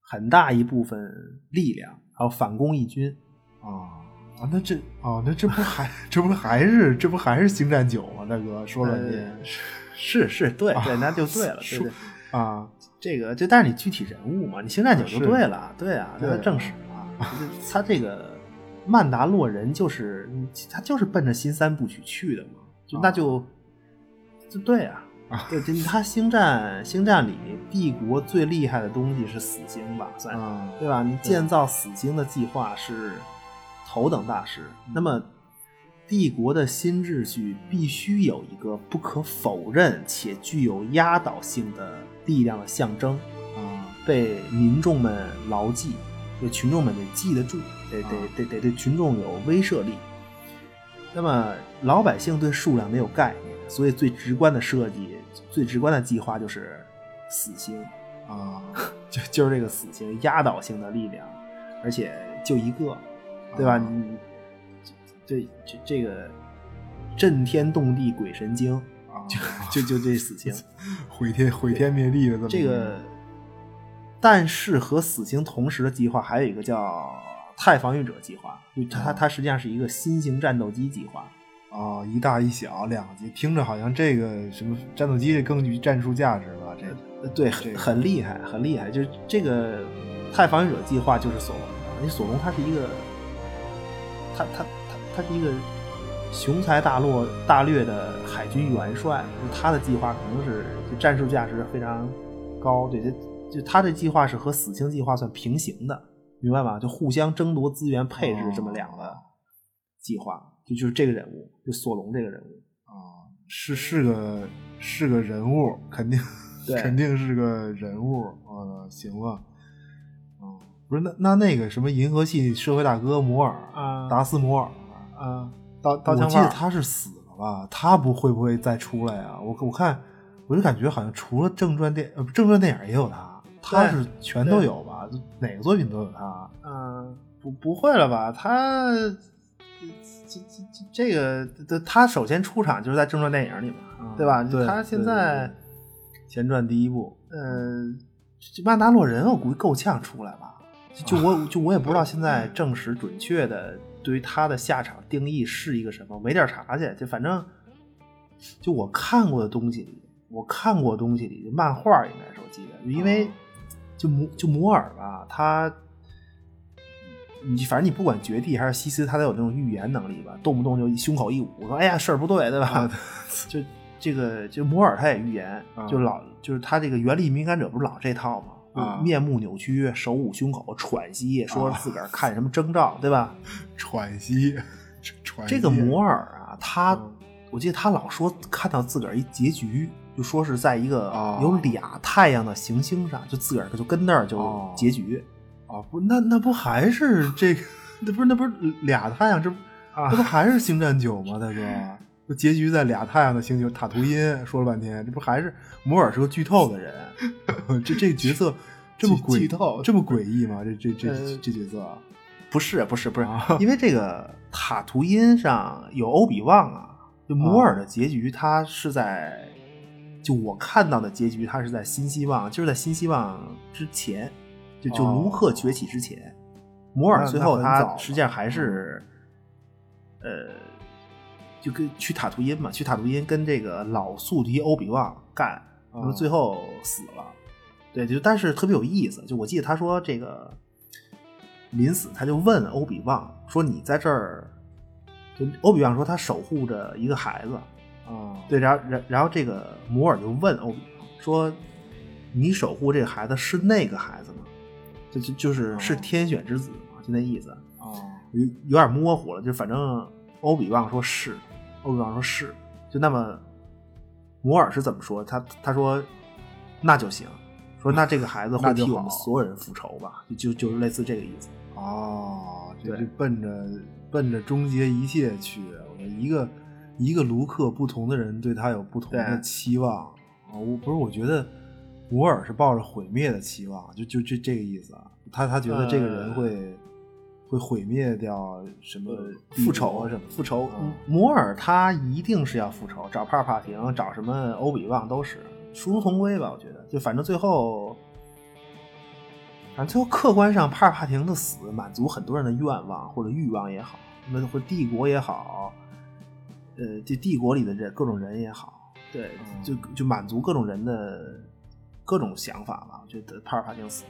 很大一部分力量，然后反攻义军。
啊啊，那这啊，那这不还这不还是这不还是星战九吗？大哥说半天
呃是是，对对，那就对了，对
说
对。
啊，
这个就但是你具体人物嘛，你星战九就是对了，对啊，
对
他正史了，就是他这个曼达洛人就是他就是奔着新三部曲去的嘛，就
啊
那就就对啊
啊，
对，就他星战星战里帝国最厉害的东西是死星吧，算是
啊
对吧？你建造死星的计划是头等大事。那么，帝国的新秩序必须有一个不可否认且具有压倒性的力量的象征，
啊
被民众们牢记，就群众们得记得住，得
啊
得得得对群众有威慑力。那么，老百姓对数量没有概念，所以最直观的设计、最直观的计划就是死刑，
啊，
就就是这个死刑压倒性的力量，而且就一个，对吧？
啊
你这这这个震天动地鬼神经，
啊
就就这死刑，
毁天毁天灭地的这么
这
一
个，但是和死刑同时的计划还有一个叫太防御者计划，就它它它实际上是一个新型战斗机计划。
啊一大一小两个级，听着好像这个什么战斗机这更具战术价值了，这
呃对，
这
很
个
很厉害，很厉害。就是这个太防御者计划就是索隆的，因为索隆他是一个，他他他他是一个雄才大略大略的海军元帅，就是他的计划肯定是就战术价值非常高。对，就就他这计划是和死刑计划算平行的，明白吗？就互相争夺资源配置这么两个计划，就就是这个人物，就索隆这个人物。
啊是是个是个人物，肯定
对
肯定是个人物啊，行吧，啊不是那那那个什么银河系社会大哥摩尔
啊
达斯摩尔
啊，
刀
刀
我
枪
记得
腕儿
他是死了吧？他不会不会再出来啊？我我看我就感觉好像除了正传电呃正传电影也有他，他
对
是全都有吧？就哪个作品都有他。啊
嗯，不不会了吧？他这这这这个，这他首先出场就是在正传电影里嘛，
嗯
啊对吧？
对
他现在
对
前传第一部，呃，这曼达洛人我估计够呛出来吧。就我就我也不知道现在证实准确的对于他的下场定义是一个什么，没点儿查去。就反正就我看过的东西里，我看过的东西里，漫画儿应该是我记得，因为
嗯
就摩就摩尔吧，他你反正你不管绝地还是西斯，他都有那种预言能力吧，动不动就胸口一捂，说哎呀事儿不对，对吧？
啊
就这个就摩尔他也预言，
啊
就老就是他这个原力敏感者不是老这套吗？
啊
就面目扭曲，手捂胸口，喘息，说
啊
自个儿看什么征兆，对吧？
喘息， 喘息
这个摩尔啊，他、
哎嗯
我记得他老说看到自个儿一结局，就说是在一个
啊
有俩太阳的行星上，就自个儿就跟那儿就
哦
结局。
啊，不，那那不还是这个？ 那不是那不是俩太阳，这不
啊
这不还是星战九吗？大哥，不结局在俩太阳的星球塔图因，说了半天，这不还是摩尔是个剧透的人？ 这这角色这么
剧
诡
透
这么诡异吗？这这这
呃
这角色
不是不是不是，
啊
因为这个塔图因上有欧比旺啊，就摩尔的结局，他是在就我看到的结局，他是在新希望，就是在新希望之前，就就
哦
卢克崛起之前，摩尔
那
最
那
后
很早
他
了
实际上还是，呃，就跟去塔图因嘛，去塔图因跟这个老宿敌欧比旺干，那么
哦
最后死了。对，就但是特别有意思，就我记得他说这个临死他就问欧比旺说：“你在这儿？”就欧比旺说他守护着一个孩子，
啊，
对，然后然然后这个摩尔就问欧比旺说：“你守护这个孩子是那个孩子吗？就就就是
哦
是天选之子吗？就那意思，
啊，
有有点模糊了。就反正欧比旺说是，欧比旺说是，就那么摩尔是怎么说？他他说那就行，说那这个孩子会
那就
替
好
我们所有人复仇吧，就就就是类似这个意思。
哦，这
对
是奔着奔着终结一切去。我说一个一个卢克，不同的人对他有不同的
对
期望啊。我不是，我觉得摩尔是抱着毁灭的期望，就就这这个意思啊。他他觉得这个人
呃
会、会毁灭掉什么
复仇
啊
啊
什么的
复仇
啊，
嗯摩尔他一定是要复仇，找帕尔帕廷，找什么欧比旺都是殊途同归吧？我觉得，就反正最后，反正最后客观上，帕尔帕廷的死满足很多人的愿望或者欲望也好，那或者帝国也好，呃，就帝国里的人各种人也好，对，
嗯
就就满足各种人的各种想法吧。我觉得帕尔帕廷死。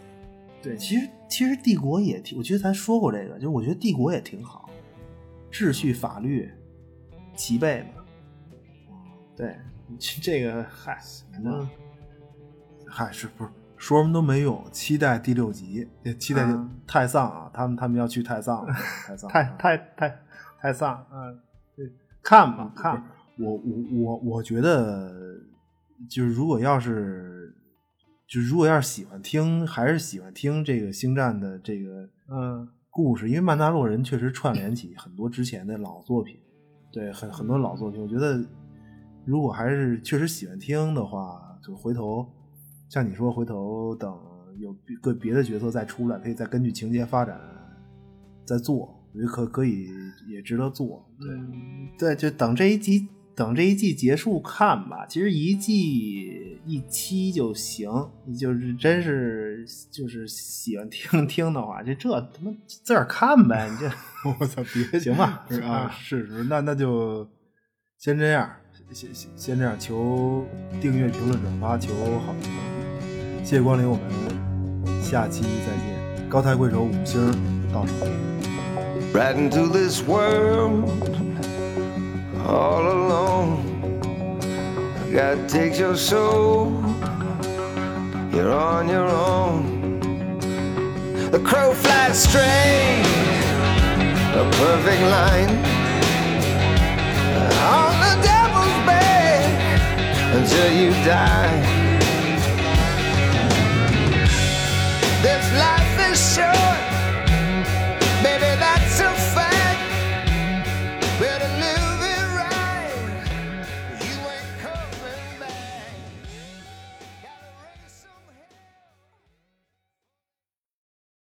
对，其实其实帝国也挺，我觉得咱说过这个，就是我觉得帝国也挺好，秩序、法律齐备嘛。对，这这个嗨，反正
嗨，是不是说什么都没用？期待第六集，也期待
啊
泰桑啊，他们他们要去泰桑了，泰桑
太
啊
太太太丧，嗯，对，看吧看吧，
我我我我觉得，就是如果要是，就如果要是喜欢听，还是喜欢听这个星战的这个
嗯
故事，因为曼达洛人确实串联起很多之前的老作品，对，很很多老作品，我觉得
如果还是确实喜欢听的话，就回头像你说，回头等有别个别的角色再出来，可以再根据情节发展再做，我觉得可可以也值得做。对、对，就等这一集等这一季结束看吧。其实一季一期就行，就是真是就是喜欢听听的话，就这他妈自个儿看呗，你这。 我操，别
行吧
是啊，
啊
是是，那那就先这样，先先先这样，求订阅、评论、转发，求好评，谢谢光临，我们下期再见。高抬贵手，五星儿到手。
right into this world all alone. God takes your soul, you're on your own. The crow flies straight, a perfect line. On the devil's back until you die.